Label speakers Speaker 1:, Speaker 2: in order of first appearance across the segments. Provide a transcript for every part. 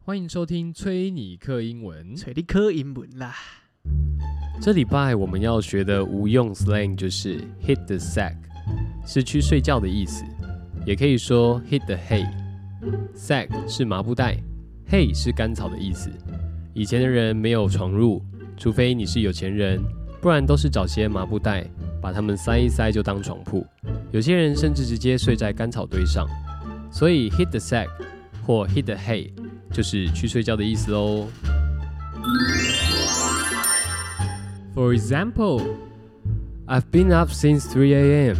Speaker 1: 欢迎收听崔尼克英文。
Speaker 2: 嗯找你考英文啦。
Speaker 1: 这礼拜我们要学的无用 slang 就是 hit the sack，是去睡觉的意思，也可以说 hit the hay。sack 是麻布袋，hay 是甘草的意思。以前的人没有床褥，除非你是有钱人，不然都是找些麻布袋，把它们塞一塞就当床铺。有些人甚至直接睡在甘草堆上。所以 hit the sack 或 hit the hay 就是去睡觉的意思哦喽。For example, I've been up since 3 a.m.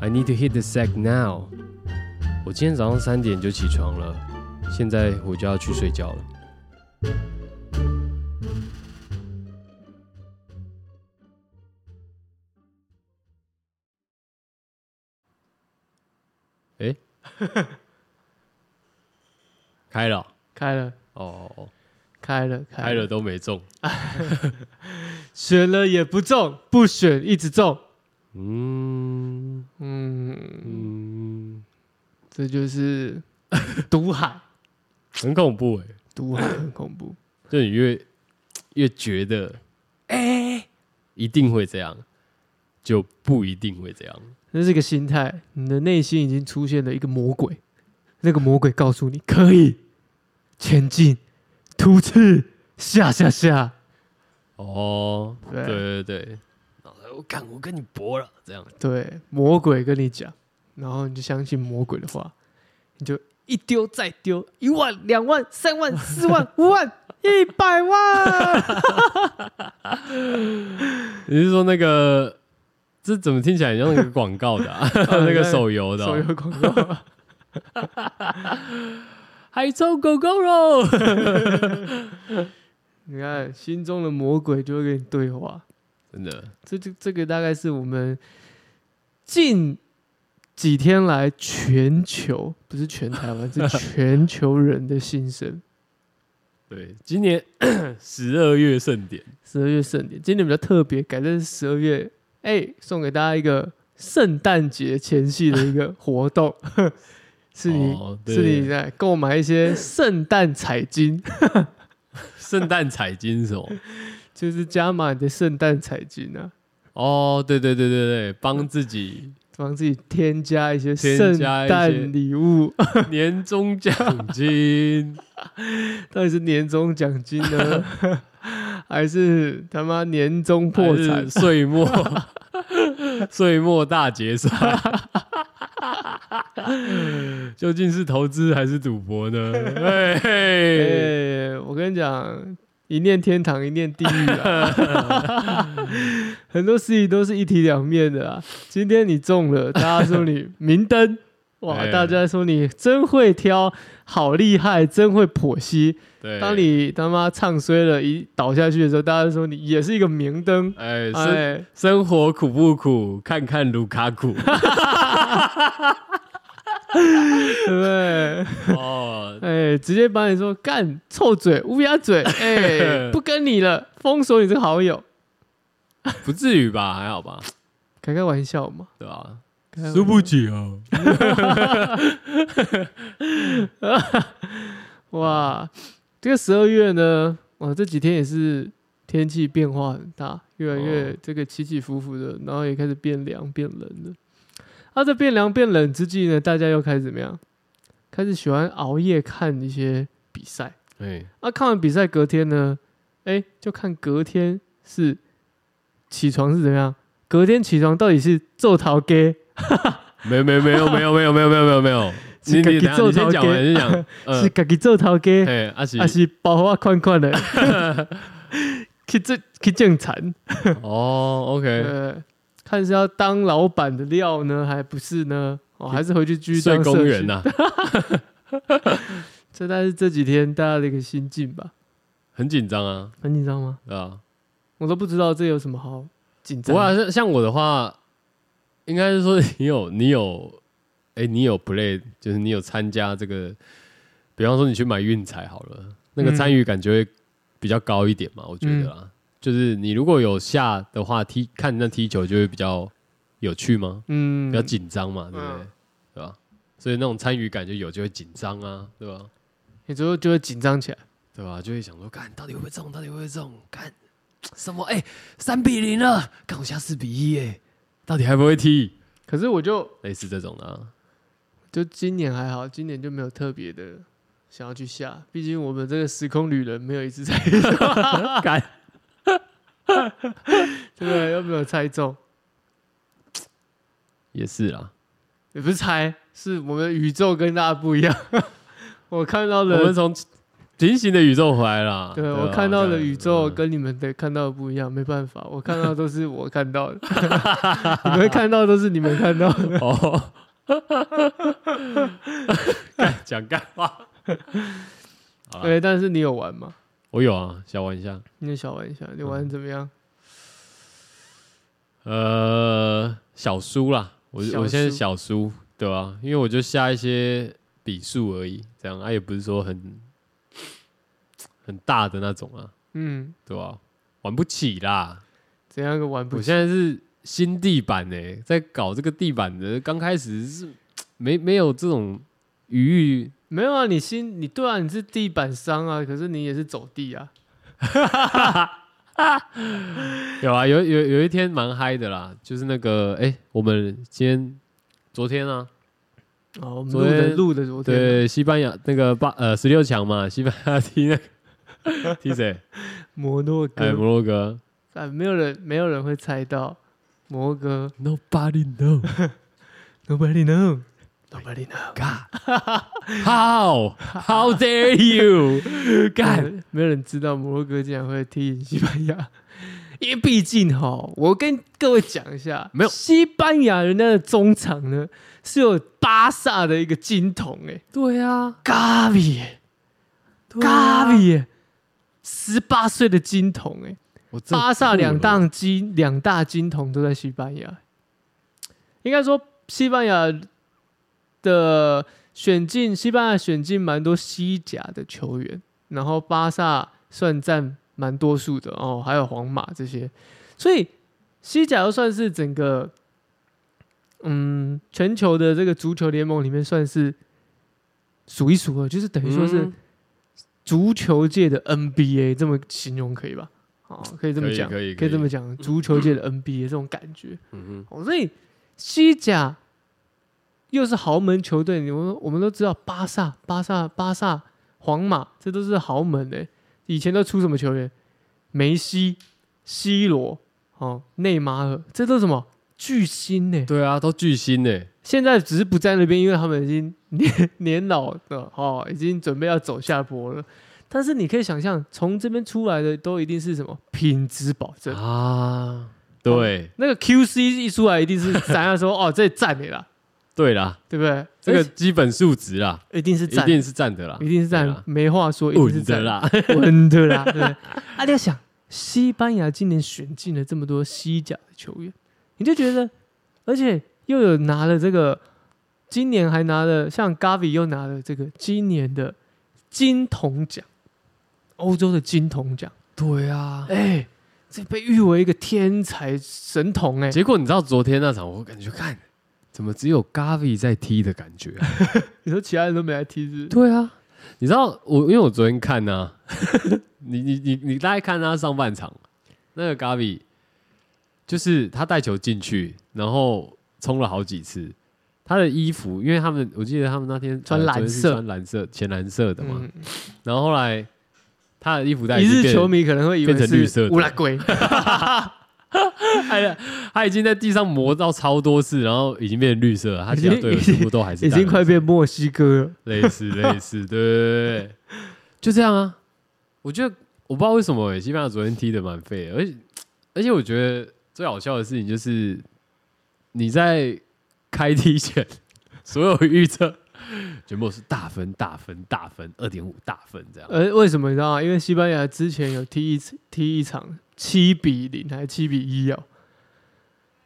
Speaker 1: I need to hit the sack now. 我今天早上三点就起床了，现在我就要去睡觉了。诶， 开了
Speaker 2: 开了，
Speaker 1: 哦，哦
Speaker 2: 开了，
Speaker 1: 开了，都没中。
Speaker 2: 选了也不中，不选一直中。
Speaker 1: 嗯
Speaker 2: 嗯，
Speaker 1: 嗯，
Speaker 2: 这就是 毒海，
Speaker 1: 很恐怖哎、
Speaker 2: 毒海很恐怖。
Speaker 1: 就你越越觉得，哎、哎一定会这样，就不一定会这样。
Speaker 2: 这是一个心态，你的内心已经出现了一个魔鬼，那个魔鬼告诉你可以前进，突刺，下下下。
Speaker 1: 哦，
Speaker 2: 对
Speaker 1: 对对对，然后我看我跟你搏了，这样
Speaker 2: 对，魔鬼跟你讲，然后你就相信魔鬼的话，你就一丢再丢，一万、两万、三万、四万、五万、一百万，
Speaker 1: 你是说那个这怎么听起来很像那个广告的、 啊，那个手游的哦、
Speaker 2: 手游广告。
Speaker 1: 海抽狗狗肉，
Speaker 2: 你看，心中的魔鬼就会跟你对话。
Speaker 1: 真的
Speaker 2: 这这这个大概是我们近几天来全球，不是全台湾，是全球人的心声。
Speaker 1: 对，今年 十二月盛典，
Speaker 2: 十二月盛典，今年比较特别，改在十二月，哎、送给大家一个圣诞节前夕的一个活动， 是你、
Speaker 1: 哦对
Speaker 2: 是你在购买一些圣诞彩金，
Speaker 1: 圣诞彩金什么？
Speaker 2: 就是加码你的圣诞彩金啊，
Speaker 1: 哦，对对对对对，帮自己
Speaker 2: 帮自己添加一些
Speaker 1: 添
Speaker 2: 圣
Speaker 1: 加一些
Speaker 2: 诞礼物，
Speaker 1: 年终奖金，
Speaker 2: 到底是年终奖金呢， 还是他妈年终破
Speaker 1: 还是
Speaker 2: 产？
Speaker 1: 岁末 岁末大结算，究竟是投资还是赌博呢？嘿
Speaker 2: 哎、
Speaker 1: 嘿
Speaker 2: 我跟你讲，一念天堂，一念地狱啊！ 很多事情都是一体两面的啊。今天你中 了，大家说你明灯，哇，
Speaker 1: 哎
Speaker 2: 大家说你真会挑，好厉害，真会剖析。
Speaker 1: 对，
Speaker 2: 当你他妈唱衰了，一倒下去的时候，大家说你也是一个明灯。
Speaker 1: 哎生
Speaker 2: 哎，
Speaker 1: 生活苦不苦？看看卢卡库
Speaker 2: 对不对？
Speaker 1: 哦，
Speaker 2: 哎，直接把你说干臭嘴、乌鸦嘴，哎，不跟你了，封锁你这个好友，
Speaker 1: 不至于吧？还好吧？
Speaker 2: 开开玩笑嘛。
Speaker 1: 对吧？
Speaker 2: 开开玩
Speaker 1: 输不起哦，
Speaker 2: 哇，这个十二月呢，哇，这几天也是天气变化很大，越来越
Speaker 1: 哦
Speaker 2: 这个起起伏伏的，然后也开始变凉变冷了。啊，在变凉变冷之际呢，大家又开始怎么样？开始喜欢熬夜看一些比赛。
Speaker 1: 哎，
Speaker 2: 啊，看完比赛隔天呢，哎，就看隔天是起床是怎么样？隔天起床到底是做逃给
Speaker 1: 没有没有没有没有没有没有没有没有没有，你
Speaker 2: 是
Speaker 1: 你等一
Speaker 2: 自己
Speaker 1: 下你先
Speaker 2: 做头
Speaker 1: 讲完，
Speaker 2: 家
Speaker 1: 你先讲， 嗯
Speaker 2: 是自己做逃给
Speaker 1: 哎，阿喜
Speaker 2: 还是包我款 款的？去这去种田，
Speaker 1: 哦，OK，
Speaker 2: 呃，看是要当老板的料呢，还不是呢？哦，还是回去继续
Speaker 1: 睡
Speaker 2: 当
Speaker 1: 公园
Speaker 2: 呢？
Speaker 1: 呐，
Speaker 2: 这大概是这几天大家的一个心境吧，
Speaker 1: 很紧张啊，
Speaker 2: 很紧张吗？
Speaker 1: 对吧？
Speaker 2: 我都不知道这有什么好紧
Speaker 1: 不
Speaker 2: 张
Speaker 1: 过啊
Speaker 2: 的。
Speaker 1: 像像我的话，应该是说 你有你有，哎，你有 play，就是你有参加这个，比方说你去买运彩好了，那个
Speaker 2: 嗯
Speaker 1: 参与感就会比较高一点嘛，我觉得啦，就是你如果有下的话，踢看那踢球就会比较有趣吗？
Speaker 2: 嗯
Speaker 1: 比较紧张嘛，对不对
Speaker 2: 嗯？
Speaker 1: 对吧？所以那种参与感就有，就会紧张啊，对吧？
Speaker 2: 你之后就会紧张起来。
Speaker 1: 对吧？就会想说，看到底会不会中，到底会不会中，看什么？哎、三比零了，看我下四比一，哎，到底还不会踢？
Speaker 2: 可是我就
Speaker 1: 类似这种的、 啊，
Speaker 2: 就今年还好，今年就没有特别的想要去下，毕竟我们这个时空旅人没有一次 猜中，
Speaker 1: 干
Speaker 2: 对不对？又没有猜中，
Speaker 1: 也是啦。
Speaker 2: 也不是猜，是我们的宇宙跟大家不一样。 我看到
Speaker 1: 我
Speaker 2: 的
Speaker 1: 们从平行的宇宙回来啦。
Speaker 2: 对
Speaker 1: 啊
Speaker 2: 我看到的
Speaker 1: 对
Speaker 2: 宇宙
Speaker 1: 嗯
Speaker 2: 跟你们的看到的不一样，没办法，我看到都是我看到的，你们看到都是你们看到的。
Speaker 1: 哦， 干讲干话。好啦
Speaker 2: 对，但是你有玩吗？
Speaker 1: 我有啊，小玩一下。
Speaker 2: 你有小玩一下，你玩得怎么样？
Speaker 1: 呃，小输啦，我
Speaker 2: 小
Speaker 1: 我现在
Speaker 2: 输
Speaker 1: 小输，对啊，因为我就下一些笔数而已，这样啊，也不是说很很大的那种啊，
Speaker 2: 嗯，
Speaker 1: 对吧、玩不起啦，
Speaker 2: 怎样个玩不
Speaker 1: 我
Speaker 2: 起？
Speaker 1: 现在是新地板呢、在搞这个地板的，刚开始是没没有这种余裕，
Speaker 2: 没有啊，你心你对啊，你是地板商啊，可是你也是走地啊。
Speaker 1: 有啊，有有有一天蛮嗨的啦，就是那个哎、我们今天昨天啊，
Speaker 2: 哦，我们
Speaker 1: 昨
Speaker 2: 录的
Speaker 1: 天
Speaker 2: 录的昨天啊
Speaker 1: 对，西班牙那个八呃十六强嘛，西班牙 踢那个踢 谁？
Speaker 2: 摩洛
Speaker 1: 哎，摩洛
Speaker 2: 哥，
Speaker 1: 哥。
Speaker 2: 哎，没有人没有人会猜到摩洛哥
Speaker 1: Nobody know
Speaker 2: ，Nobody know，Nobody know，
Speaker 1: God. How how dare you？干，
Speaker 2: 干，没有人知道摩洛哥竟然会踢赢西班牙， 因为毕竟哈，我跟各位讲一下，
Speaker 1: 没有
Speaker 2: 西班牙人家的中场呢是有巴萨的一个金童哎、
Speaker 1: 对啊，
Speaker 2: 嘎比耶嘎比耶，十八岁的金童哎、
Speaker 1: 我真的
Speaker 2: 巴萨两
Speaker 1: 吐了
Speaker 2: 大金两大金童都在西班牙，应该说西班牙的选进西班牙选进蛮多西甲的球员，然后巴萨算占蛮多数的哦，还有皇马这些，所以西甲又算是整个嗯全球的这个足球联盟里面算是数一数二，就是等于说是
Speaker 1: 嗯
Speaker 2: 足球界的 NBA 这么形容可以吧？哦，可以这么
Speaker 1: 可以
Speaker 2: 讲，
Speaker 1: 可以
Speaker 2: 可以这
Speaker 1: 可以
Speaker 2: 么讲，足球界的 NBA 这种感觉。
Speaker 1: 嗯
Speaker 2: 哦，所以西甲又是豪门球队，你们我们都知道巴萨、巴萨、巴萨、皇马，这都是豪门的、以前都出什么球员？梅西、C 罗、哦，内马尔，这都什么巨星呢、
Speaker 1: 哼，对啊，都巨星呢，
Speaker 2: 现在只是不在那边，因为他们已经 年年老了哦，已经准备要走下坡了。但是你可以想象，从这边出来的都一定是什么品质保证。
Speaker 1: 啊，对
Speaker 2: 那个 QC 一出来，一定是咱要说哦，这赞美啦，
Speaker 1: 对啦，
Speaker 2: 对不对？
Speaker 1: 这个
Speaker 2: 而且
Speaker 1: 基本素质啦，
Speaker 2: 一定是
Speaker 1: 一
Speaker 2: 赞，
Speaker 1: 定哎是站的啦，
Speaker 2: 一定是
Speaker 1: 对
Speaker 2: 赞
Speaker 1: 啦，
Speaker 2: 没话说，一定是
Speaker 1: 稳的
Speaker 2: 赞，
Speaker 1: 啦，
Speaker 2: 稳的啦，对不对？ 啊，你要想，西班牙今年选进了这么多西甲的球员，你就觉得，而且又有拿了这个，今年还拿了像 Gavi 又拿了这个今年的金童奖，欧洲的金童奖，
Speaker 1: 对啊。
Speaker 2: 哎、这被誉为一个天才神童哎、
Speaker 1: 结果你知道昨天那场，我感觉看怎么只有 Gavi 在踢的感觉啊
Speaker 2: 你说其他人都没来踢是不是？
Speaker 1: 对啊，你知道我因为我昨天看呢、 你你你你大概看他上半场，那个 Gavi 就是他带球进去，然后冲了好几次。他的衣服，因为他们我记得他们那天
Speaker 2: 穿
Speaker 1: 呃
Speaker 2: 蓝
Speaker 1: 昨天是
Speaker 2: 色
Speaker 1: 穿蓝色、浅蓝色的嘛。
Speaker 2: 嗯，
Speaker 1: 然后后来他的衣服带
Speaker 2: 一
Speaker 1: 啊已经
Speaker 2: 日
Speaker 1: 变
Speaker 2: 球迷可能会以为
Speaker 1: 变成绿色
Speaker 2: 是
Speaker 1: 的
Speaker 2: 乌拉 圭，
Speaker 1: 哎呀，他已经在地上磨到超多次，然后已经变成绿色了。他其他
Speaker 2: 已经
Speaker 1: 队友
Speaker 2: 已经
Speaker 1: 全部都还是
Speaker 2: 已
Speaker 1: 淡
Speaker 2: 经
Speaker 1: 蓝
Speaker 2: 快变墨西哥了。
Speaker 1: 类似类似，对对对对，就这样啊。我觉得我不知道为什么、欸，西班牙昨天踢的蛮废的，而且而且我觉得最好笑的事情就是你在开踢前， 所有预测全部是大分大分大分二点五大分这样，
Speaker 2: 呃，为什么你知道吗？因为西班牙之前有踢一次踢一场七比零还是七比一哦，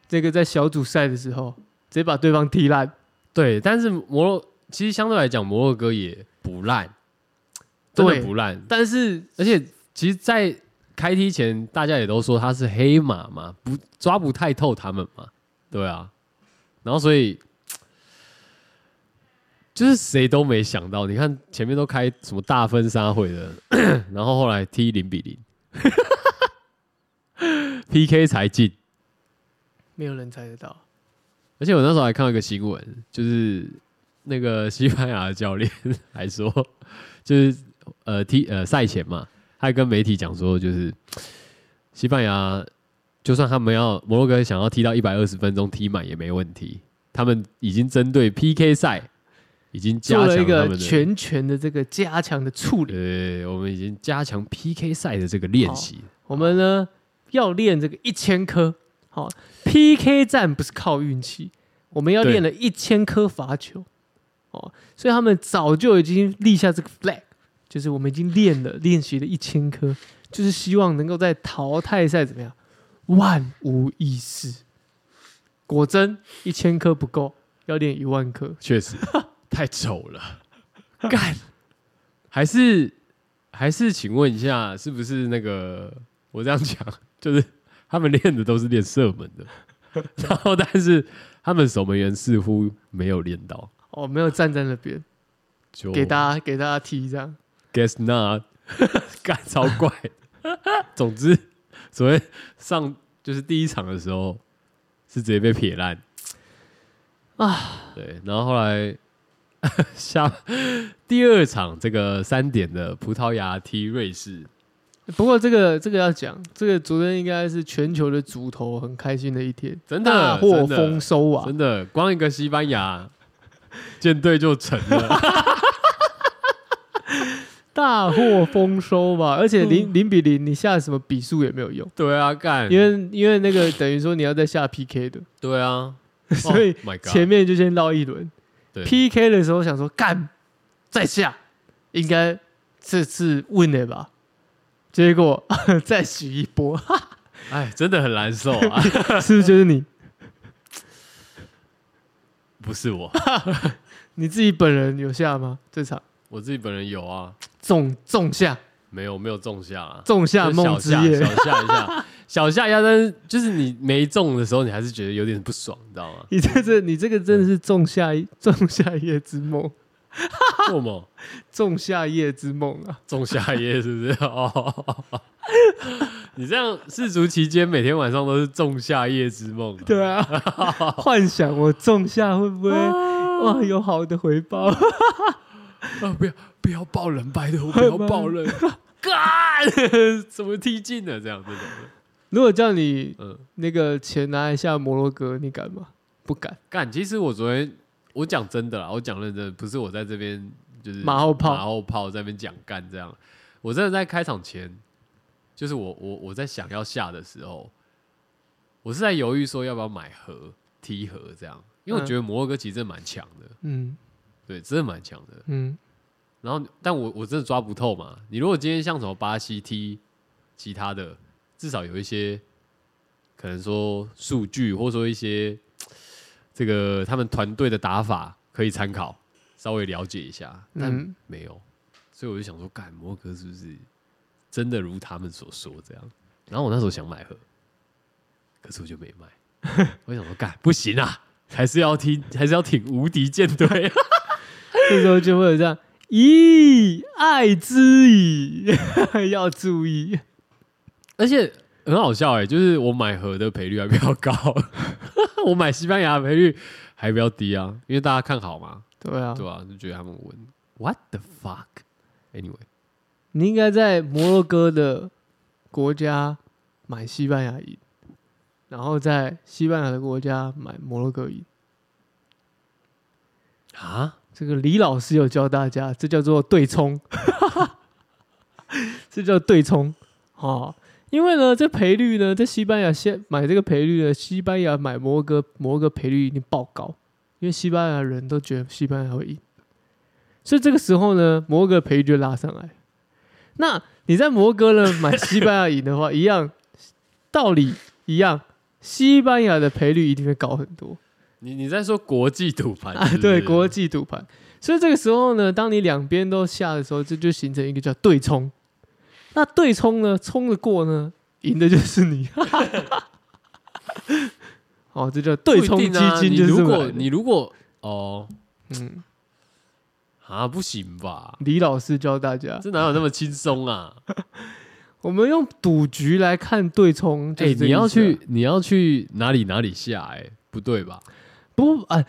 Speaker 2: 这个在小组赛的时候直接把对方踢烂，
Speaker 1: 对。但是摩洛其实相对来讲，摩洛哥也不烂，真的
Speaker 2: 对
Speaker 1: 不烂，
Speaker 2: 但是
Speaker 1: 而且其实，在开踢前，大家也都说他是黑马嘛，不抓不太透他们嘛，对啊。然后所以就是谁都没想到，你看前面都开什么大分杀会的， 然后后来踢零 比零，PK 才进。
Speaker 2: 没有人猜得到。
Speaker 1: 而且我那时候还看到一个新闻，就是那个西班牙的教练还说，就是呃踢呃赛前嘛，他还跟媒体讲说，就是西班牙就算他们要摩洛哥想要踢到一百二十分钟踢满也没问题，他们已经针对 PK 赛已经加
Speaker 2: 做
Speaker 1: 强
Speaker 2: 了一
Speaker 1: 他
Speaker 2: 个
Speaker 1: 们的。
Speaker 2: 全权的这个加强的处理。
Speaker 1: 呃，我们已经加强 PK 赛的这个练习，
Speaker 2: 我们呢要练这个一千颗，好、PK 战不是靠运气，我们要
Speaker 1: 对
Speaker 2: 练了一千颗罚球，哦，所以他们早就已经立下这个 flag，就是我们已经练了练习了一千颗，就是希望能够在淘汰赛怎么样，万无一失。果真一千颗不够，要练一万颗，
Speaker 1: 确实 太丑了，干，还是还是，请问一下，是不是那个我这样讲，就是他们练的都是练射门的，然后但是他们守门员似乎没有练到，
Speaker 2: 哦，没有站在那边
Speaker 1: 就
Speaker 2: 给大家给大家踢这样。
Speaker 1: guess not，干 超怪。总之，所谓上就是第一场的时候是直接被撇烂啊，对，然后后来 下第二场这个三点的葡萄牙踢瑞士，
Speaker 2: 不过这个这个要讲，这个昨天应该是全球的足头很开心的一天，
Speaker 1: 真的
Speaker 2: 大获丰收啊！
Speaker 1: 真的光一个西班牙舰队就成了，
Speaker 2: 大获丰收 吧！而且零零比零，你下什么比数也没有用，
Speaker 1: 对啊，干，
Speaker 2: 因为因为那个等于说你要再下 PK 的，
Speaker 1: 对啊，
Speaker 2: 所以
Speaker 1: Oh my God
Speaker 2: 前面就先绕一轮。
Speaker 1: 对
Speaker 2: PK 的时候想说干再下，应该这次 win 了吧？结果 再许一波，
Speaker 1: 哎，真的很难受啊，
Speaker 2: 是不是就是你
Speaker 1: 不是我，
Speaker 2: 你自己本人有下吗？这场
Speaker 1: 我自己本人有啊，
Speaker 2: 中中下
Speaker 1: 没有没有中下啊。
Speaker 2: 中下
Speaker 1: 就是
Speaker 2: 梦
Speaker 1: 小
Speaker 2: 之
Speaker 1: 下
Speaker 2: 夜，
Speaker 1: 小下一下，小下一下，但是就是你没中的时候，你还是觉得有点不爽，你知 道吗
Speaker 2: ？你这这你这个
Speaker 1: 嗯
Speaker 2: 真的是仲夏夜仲夏夜之梦，
Speaker 1: 做梦
Speaker 2: 仲夏夜之梦 啊！
Speaker 1: 中下夜是不是？ 哦，你这样世足期间每天晚上都是仲夏夜之梦、啊，
Speaker 2: 对 啊，幻想我仲夏会不会
Speaker 1: 啊，
Speaker 2: 哇有好的回报？
Speaker 1: 啊不要不要爆冷白的，我不要爆冷， 干怎么踢进了这样这种的，
Speaker 2: 如果叫你
Speaker 1: 嗯，
Speaker 2: 那个钱拿来下摩洛哥，你敢吗？不敢，
Speaker 1: 干，其实我昨天我讲真的啦，我讲认真的，不是我在这边就是
Speaker 2: 马后炮
Speaker 1: 马后炮在那边讲干这样。我真的在开场前，就是我我我在想要下的时候，我是在犹豫说要不要买盒踢盒这样，因为我
Speaker 2: 嗯
Speaker 1: 觉得摩洛哥其实真的蛮强的，
Speaker 2: 嗯
Speaker 1: 对，真的蛮强的。
Speaker 2: 嗯，
Speaker 1: 然后，但我我真的抓不透嘛。你如果今天像什么巴西踢其他的，至少有一些可能说数据，或者说一些这个他们团队的打法可以参考，稍微了解一下。但
Speaker 2: 嗯
Speaker 1: 没有，所以我就想说，干摩洛哥是不是真的如他们所说这样？然后我那时候想买盒，可是我就没买。 我想说，干不行啊，还是要踢，还是要挺无敌舰队。啊
Speaker 2: 这时候就会有这样，咦，爱之矣， 要注意。
Speaker 1: 而且很好笑哎、就是我买盒的赔率还比较高， 我买西班牙的赔率还比较低啊，因为大家看好嘛，
Speaker 2: 对啊，
Speaker 1: 对吧、就觉得他们稳。What the fuck？Anyway，
Speaker 2: 你应该在摩洛哥的国家买西班牙赢，然后在西班牙的国家买摩洛哥赢。
Speaker 1: 啊，
Speaker 2: 这个李老师有教大家，这叫做对冲， 这叫对冲哦。因为呢，这赔率呢，在西班牙先买这个赔率呢，西班牙买摩洛哥，摩洛哥赔率一定爆高，因为西班牙人都觉得西班牙会赢，所以这个时候呢，摩洛哥赔率就拉上来。那你在摩洛哥呢买西班牙赢的话，一样道理一样，西班牙的赔率一定会高很多。
Speaker 1: 你你在说国际赌盘
Speaker 2: 啊
Speaker 1: 是，不是
Speaker 2: 对，国际赌盘。所以这个时候呢，当你两边都下的时候，这就形成一个叫对冲。那对冲呢，冲得过呢，赢的就是你。 哦哦，这叫对冲
Speaker 1: 不一
Speaker 2: 基
Speaker 1: 定啊啊
Speaker 2: 金，
Speaker 1: 你
Speaker 2: 就是
Speaker 1: 如
Speaker 2: 这么
Speaker 1: 果
Speaker 2: 来的
Speaker 1: 你如果哦，
Speaker 2: 嗯，
Speaker 1: 啊，不行吧？
Speaker 2: 李老师教大家，
Speaker 1: 这哪有那么轻松 啊？
Speaker 2: 我们用赌局来看对冲，就
Speaker 1: 哎、
Speaker 2: 是这
Speaker 1: 你
Speaker 2: 个
Speaker 1: 要
Speaker 2: 意思啊
Speaker 1: 去你要去哪里哪里下、哎，不对吧？
Speaker 2: 不啊、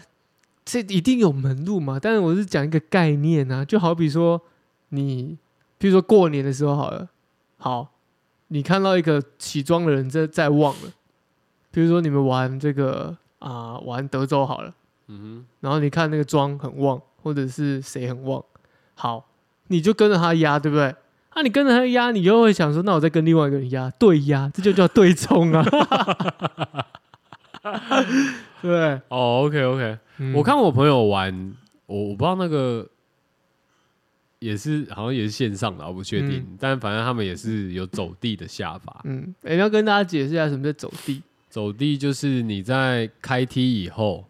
Speaker 2: 这一定有门路嘛。但是我是讲一个概念啊，就好比说你，比如说过年的时候好了，好，你看到一个起庄的人在在望了，比如说你们玩这个啊、玩德州好了，
Speaker 1: 嗯
Speaker 2: 然后你看那个庄很旺，或者是谁很旺，好，你就跟着他压，对不对？啊，你跟着他压，你又会想说，那我再跟另外一个人压，对压，这就叫对冲啊， 对
Speaker 1: 哼，，哦，OK OK，、
Speaker 2: 嗯
Speaker 1: 我看我朋友玩，我我不知道那个也是好像也是线上的，我不确定，但反正他们也是有走地的下法。
Speaker 2: 嗯，欸、要跟大家解释一下什么叫走地，
Speaker 1: 走地就是你在开踢以后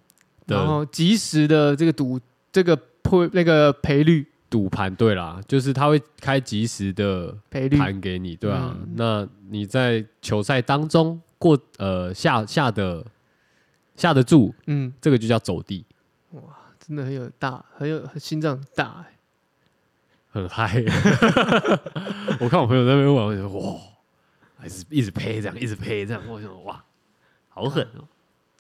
Speaker 2: 然
Speaker 1: 的
Speaker 2: 后及时的这个赌这个破那个赔率
Speaker 1: 赌盘，对啦，就是他会开及时的
Speaker 2: 赔率，
Speaker 1: 盘给你，对啊。
Speaker 2: 嗯
Speaker 1: 那你在球赛当中过呃下下的下得住，
Speaker 2: 嗯，
Speaker 1: 这个就叫走地，
Speaker 2: 真的很有大，很有心脏很大、欸，
Speaker 1: 很嗨。 我看我朋友在那边玩，我就说哇，还是一直呸这样，一直呸这样，我想哇，好狠哦、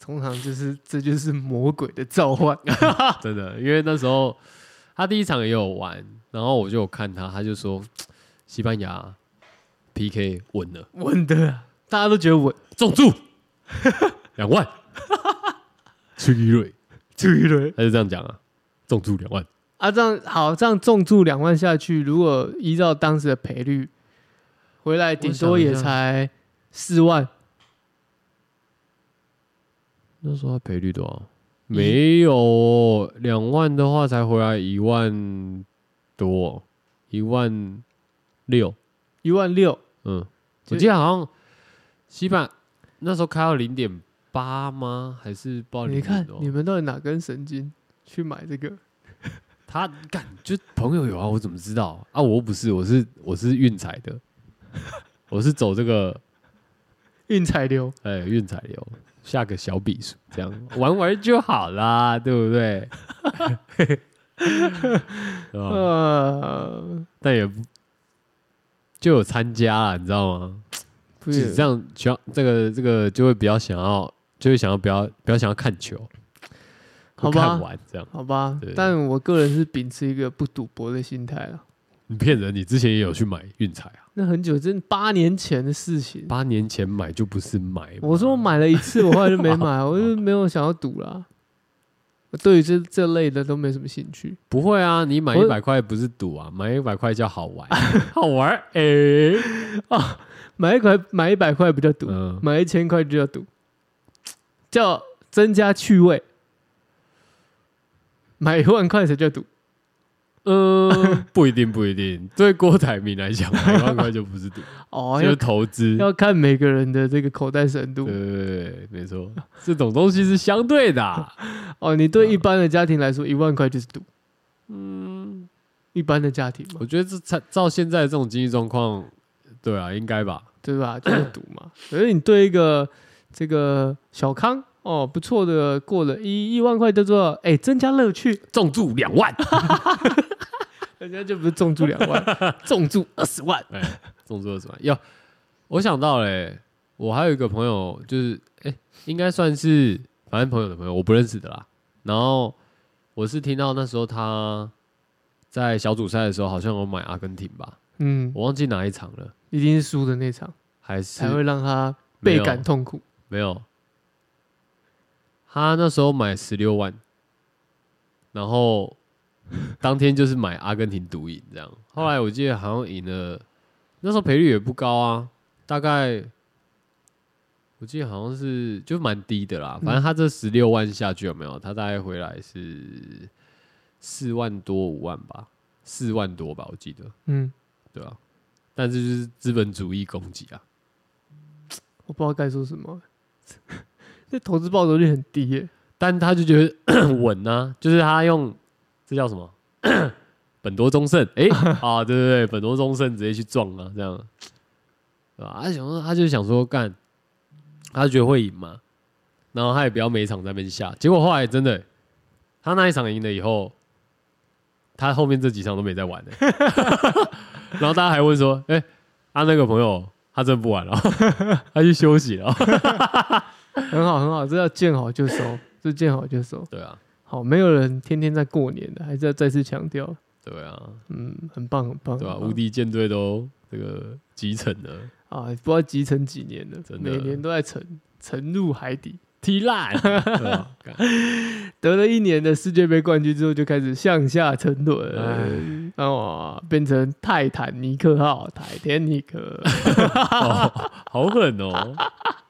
Speaker 2: 通常就是这就是魔鬼的召唤，
Speaker 1: 啊真的，因为那时候他第一场也有玩，然后我就有看他，他就说西班牙 PK 稳了，
Speaker 2: 稳的啊，大家都觉得稳，
Speaker 1: 中注两万， 崔瑞，
Speaker 2: 注意了
Speaker 1: 他就这样讲啊，中注两万，
Speaker 2: 啊，这样好，这样重注两万下去，如果依照当时的赔率，回来顶多也才四万，
Speaker 1: 那时候他赔率多少？没有哦两万的话才回来一万多，一万六，
Speaker 2: 一万六，
Speaker 1: 嗯，
Speaker 2: 就
Speaker 1: 我记得好像西班牙那时候开到零点八吗？还是不知道0.多？哦
Speaker 2: 你看你们到底哪根神经去买这个？
Speaker 1: 他干就朋友有啊，我怎么知道啊？我又不是，我是我是运彩 的，我是走这个
Speaker 2: 运彩流，
Speaker 1: 哎运彩流，下个小笔数这样 玩玩就好啦，对不对？ 对吧
Speaker 2: 呃，
Speaker 1: 但也不就有参加啊，你知道吗？
Speaker 2: 不
Speaker 1: 就是是这样，想这个这个就会比较想要，就会想要比较比较想要看球，
Speaker 2: 好吧
Speaker 1: 看完这样。
Speaker 2: 好吧
Speaker 1: 对，
Speaker 2: 但我个人是秉持一个不赌博的心态了。
Speaker 1: 你骗人，你之前也有去买运彩啊？
Speaker 2: 那很久，真的八年前的事情。
Speaker 1: 八年前买就不是买嘛，
Speaker 2: 我说我买了一次，我后来就没 买，我就没有想要赌啦。我对于这这类的都没什么兴趣。
Speaker 1: 不会啊，你买一
Speaker 2: 我
Speaker 1: 百块不是赌啊，买一百块叫好 玩，好玩儿哎、
Speaker 2: 买一块买一百块不叫赌，
Speaker 1: 嗯，
Speaker 2: 买一千块就叫赌，叫增加趣味。买一万块才叫赌，
Speaker 1: 呃， 不一定，不一定。对郭台铭来讲，买一万块就不是赌，
Speaker 2: 哦，
Speaker 1: 就是
Speaker 2: 要
Speaker 1: 投资。
Speaker 2: 要看每个人的这个口袋深度
Speaker 1: 对。对对，没错，这种东西是相对的啊、
Speaker 2: 哦，你对一般的家庭来说，一万块就是赌，
Speaker 1: 嗯，
Speaker 2: 一般的家庭嘛
Speaker 1: 我，觉得这才照现在这种经济状况，对啊，应该吧。
Speaker 2: 对吧？就是赌嘛。可是你对一个这个小康哦，不错的过了一一万块叫做哎增加乐趣，
Speaker 1: 重注两 万，
Speaker 2: 人家就不是重注两 万，重注二十万。
Speaker 1: 重注什么？要我想到嘞、我还有一个朋友，就是哎、应该算是反正朋友的朋友，我不认识的啦。然后我是听到那时候他在小组赛的时候，好像有买阿根廷吧，
Speaker 2: 嗯，
Speaker 1: 我忘记哪一场了，
Speaker 2: 一定是输的那场
Speaker 1: 还是
Speaker 2: 才会让他
Speaker 1: 没
Speaker 2: 倍
Speaker 1: 有
Speaker 2: 感痛苦。
Speaker 1: 没有。他那时候买十六万，然后当天就是买阿根廷独赢这 样。后来我记得好像赢了，那时候赔率也不高啊，大概我记得好像是就蛮低的
Speaker 2: 嗯
Speaker 1: 啦。反正他这十六万下去有没有？他大概回来是四万多五万吧，四万多吧，我记得
Speaker 2: 嗯，
Speaker 1: 对啊。但这就是资本主义攻击啊，
Speaker 2: 我不知道该说什么。 这投资报酬率很低耶、
Speaker 1: 但他就觉得 稳啊，就是他用这叫什么 本多忠胜，哎、啊，对对对，本多忠胜直接去撞啊，这样，对吧？他想说，他就想说干，他就觉得会赢嘛，然后他也不要每一场在那边下，结果后来真的、他那一场赢了以后，他后面这几场都没在玩的、然后大家还问说：“哎、他、那个朋友他真的不玩了，他去休息了。
Speaker 2: 很好很好，这要见好就收，这见好就收”。
Speaker 1: 对啊，
Speaker 2: 好，没有人天天在过年的，还是要再次强调，
Speaker 1: 对啊，
Speaker 2: 嗯，很棒很棒，
Speaker 1: 对吧、
Speaker 2: 很棒
Speaker 1: 无敌舰队都这个集成 了，
Speaker 2: 啊，不知道集成几年了，
Speaker 1: 真的
Speaker 2: 每年都在沉沉入海底。
Speaker 1: 踢烂，对吧干
Speaker 2: 得了一年的世界杯冠军之后，就开始向下沉
Speaker 1: 哎
Speaker 2: 沦，哦，变成泰坦尼克号、泰坦尼克。
Speaker 1: 哦， 好狠哦，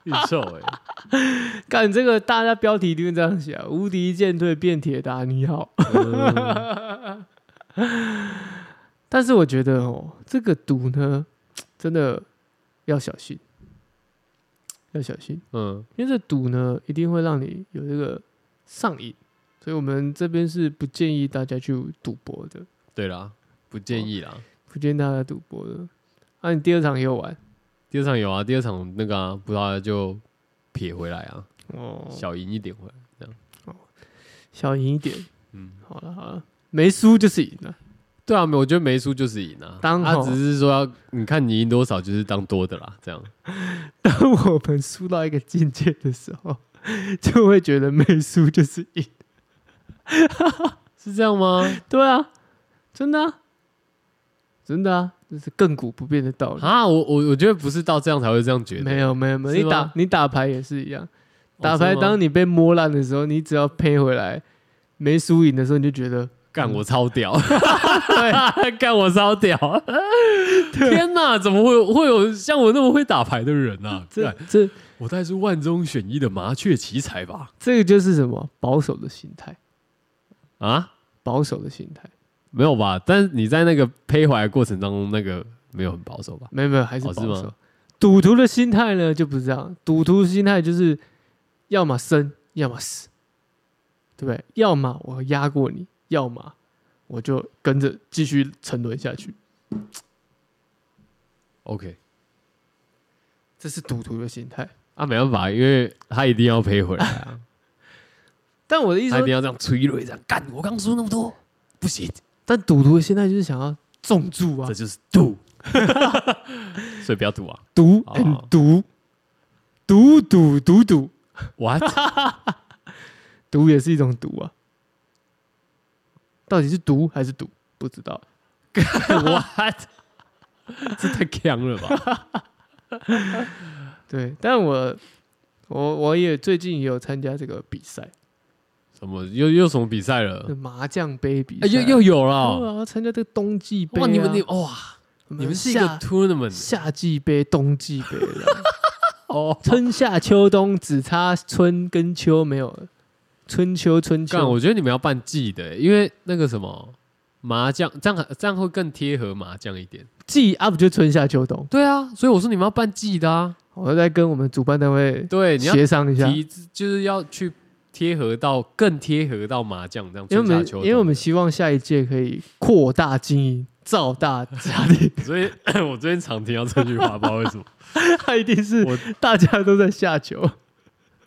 Speaker 1: 预臭哎，
Speaker 2: 干这个，大家标题一定会这样写、啊：无敌舰队变铁达尼号。
Speaker 1: 嗯
Speaker 2: 但是我觉得哦，这个赌呢，真的要小心，要小心，
Speaker 1: 嗯，
Speaker 2: 因为这赌呢一定会让你有这个上瘾，所以我们这边是不建议大家去赌博的，
Speaker 1: 对啦，不建议啦。
Speaker 2: 不建议大家赌博的。啊，你第二场也有玩
Speaker 1: 第二场有啊，第二场那个啊，葡萄牙就撇回来啊，
Speaker 2: 哦，
Speaker 1: 小赢一点回来，这样，
Speaker 2: 小赢一点，
Speaker 1: 嗯。
Speaker 2: 好了好了，没输就是赢了。
Speaker 1: 对啊，我觉得没输就是赢啊。
Speaker 2: 当哦
Speaker 1: 他
Speaker 2: 吼
Speaker 1: 只是说要你看你赢多少，就是当多的啦，这样。
Speaker 2: 当我们输到一个境界的时候，就会觉得没输就是赢。
Speaker 1: 是这样 吗？
Speaker 2: 对啊，真的、啊，真的啊，这是亘古不变的道理。
Speaker 1: 啊，我我我觉得不是到这样才会这样觉得。
Speaker 2: 没有没有没有，
Speaker 1: 是
Speaker 2: 你打
Speaker 1: 吗
Speaker 2: 你打牌也是一样，
Speaker 1: 哦
Speaker 2: 打牌
Speaker 1: 真的吗
Speaker 2: 当你被摸烂的时候，你只要赔回来没输赢的时候，你就觉得
Speaker 1: 干我超屌， 啊干我超屌！天哪，怎么会有会有像我那么会打牌的人啊？
Speaker 2: 这
Speaker 1: 干
Speaker 2: 这
Speaker 1: 我大概是万中选一的麻雀奇才吧？
Speaker 2: 这个就是什么保守的心态，
Speaker 1: 啊，
Speaker 2: 保守的心态，
Speaker 1: 没有吧？但是你在那个胚怀的过程当中，那个没有很保守吧？
Speaker 2: 没有没有还是
Speaker 1: 哦
Speaker 2: 保
Speaker 1: 是
Speaker 2: 守。
Speaker 1: 吗
Speaker 2: 赌徒的心态呢就不是这样，赌徒的心态就是要么生，要么死，对不对？要么我压过你，要么我就跟着继续沉沦下去。
Speaker 1: OK，
Speaker 2: 这是赌徒的心态。
Speaker 1: 啊，没办法，因为他一定要赔回来啊，
Speaker 2: 但我的意思
Speaker 1: 他一定
Speaker 2: 说，
Speaker 1: 要这样催泪，这样干。我刚输那么多，不行，
Speaker 2: 但赌徒的心态就是想要重注啊
Speaker 1: 这，就是赌， 所以不要赌啊
Speaker 2: 赌
Speaker 1: 哦
Speaker 2: and 赌，赌赌赌赌，
Speaker 1: ！What？
Speaker 2: 赌也是一种赌啊。到底是赌还是赌？不知道。
Speaker 1: What？这太强了吧？
Speaker 2: 对，但我我我也最近也有参加这个比赛，
Speaker 1: 什么又又什么比赛
Speaker 2: 这
Speaker 1: 了？
Speaker 2: 麻将杯比
Speaker 1: 嗯哎，
Speaker 2: 赛，
Speaker 1: 又又有了
Speaker 2: 对
Speaker 1: 哦！
Speaker 2: 啊，参加这个冬季杯啊、
Speaker 1: 哇，你们你哇，
Speaker 2: 我
Speaker 1: 你们是一个
Speaker 2: 夏
Speaker 1: tournament
Speaker 2: 夏季杯、冬季杯的。
Speaker 1: 哦。
Speaker 2: 春夏秋冬只差春跟秋没有了，春秋春
Speaker 1: 干，
Speaker 2: 秋。
Speaker 1: 我觉得你们要办季的，欸因为那个什么麻将，这样这样会更贴合麻将一点。
Speaker 2: 季 up 就春夏秋冬，
Speaker 1: 对啊，所以我说你们要办季的啊。
Speaker 2: 我再跟我们主办单位
Speaker 1: 对，你要
Speaker 2: 协商一下，
Speaker 1: 提就是要去贴合到更贴合到麻将这样，
Speaker 2: 因为
Speaker 1: 春
Speaker 2: 我
Speaker 1: 夏
Speaker 2: 们
Speaker 1: 秋冬
Speaker 2: 因为我们希望下一届可以扩大经营，造大家庭，
Speaker 1: 所以我最近常听到这句话，不知道为 什么。
Speaker 2: 他一定是
Speaker 1: 我
Speaker 2: 大家都在下球，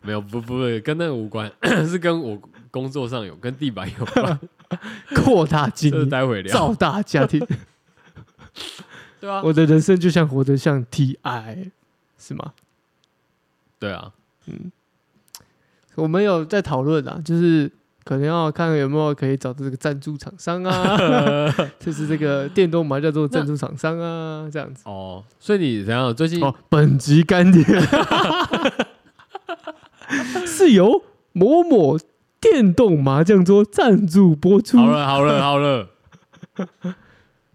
Speaker 1: 没有，不不不，跟那个无关，是跟我工作上有， 跟地板有关。
Speaker 2: 扩大经
Speaker 1: 这是
Speaker 2: 营，
Speaker 1: 待会聊。
Speaker 2: 造大 家庭。
Speaker 1: 对啊，
Speaker 2: 我的人生就像活得像 TI，是吗？
Speaker 1: 对啊，
Speaker 2: 我们有在讨论啊，就是可能要看有没有可以找到这个赞助厂 商啊，就是这个电动麻将桌的赞助厂商啊，这样子。
Speaker 1: 哦，所以你怎样？最近
Speaker 2: 哦，本集干 爹是由某某电动麻将桌赞助播出。
Speaker 1: 好了，好了，好了。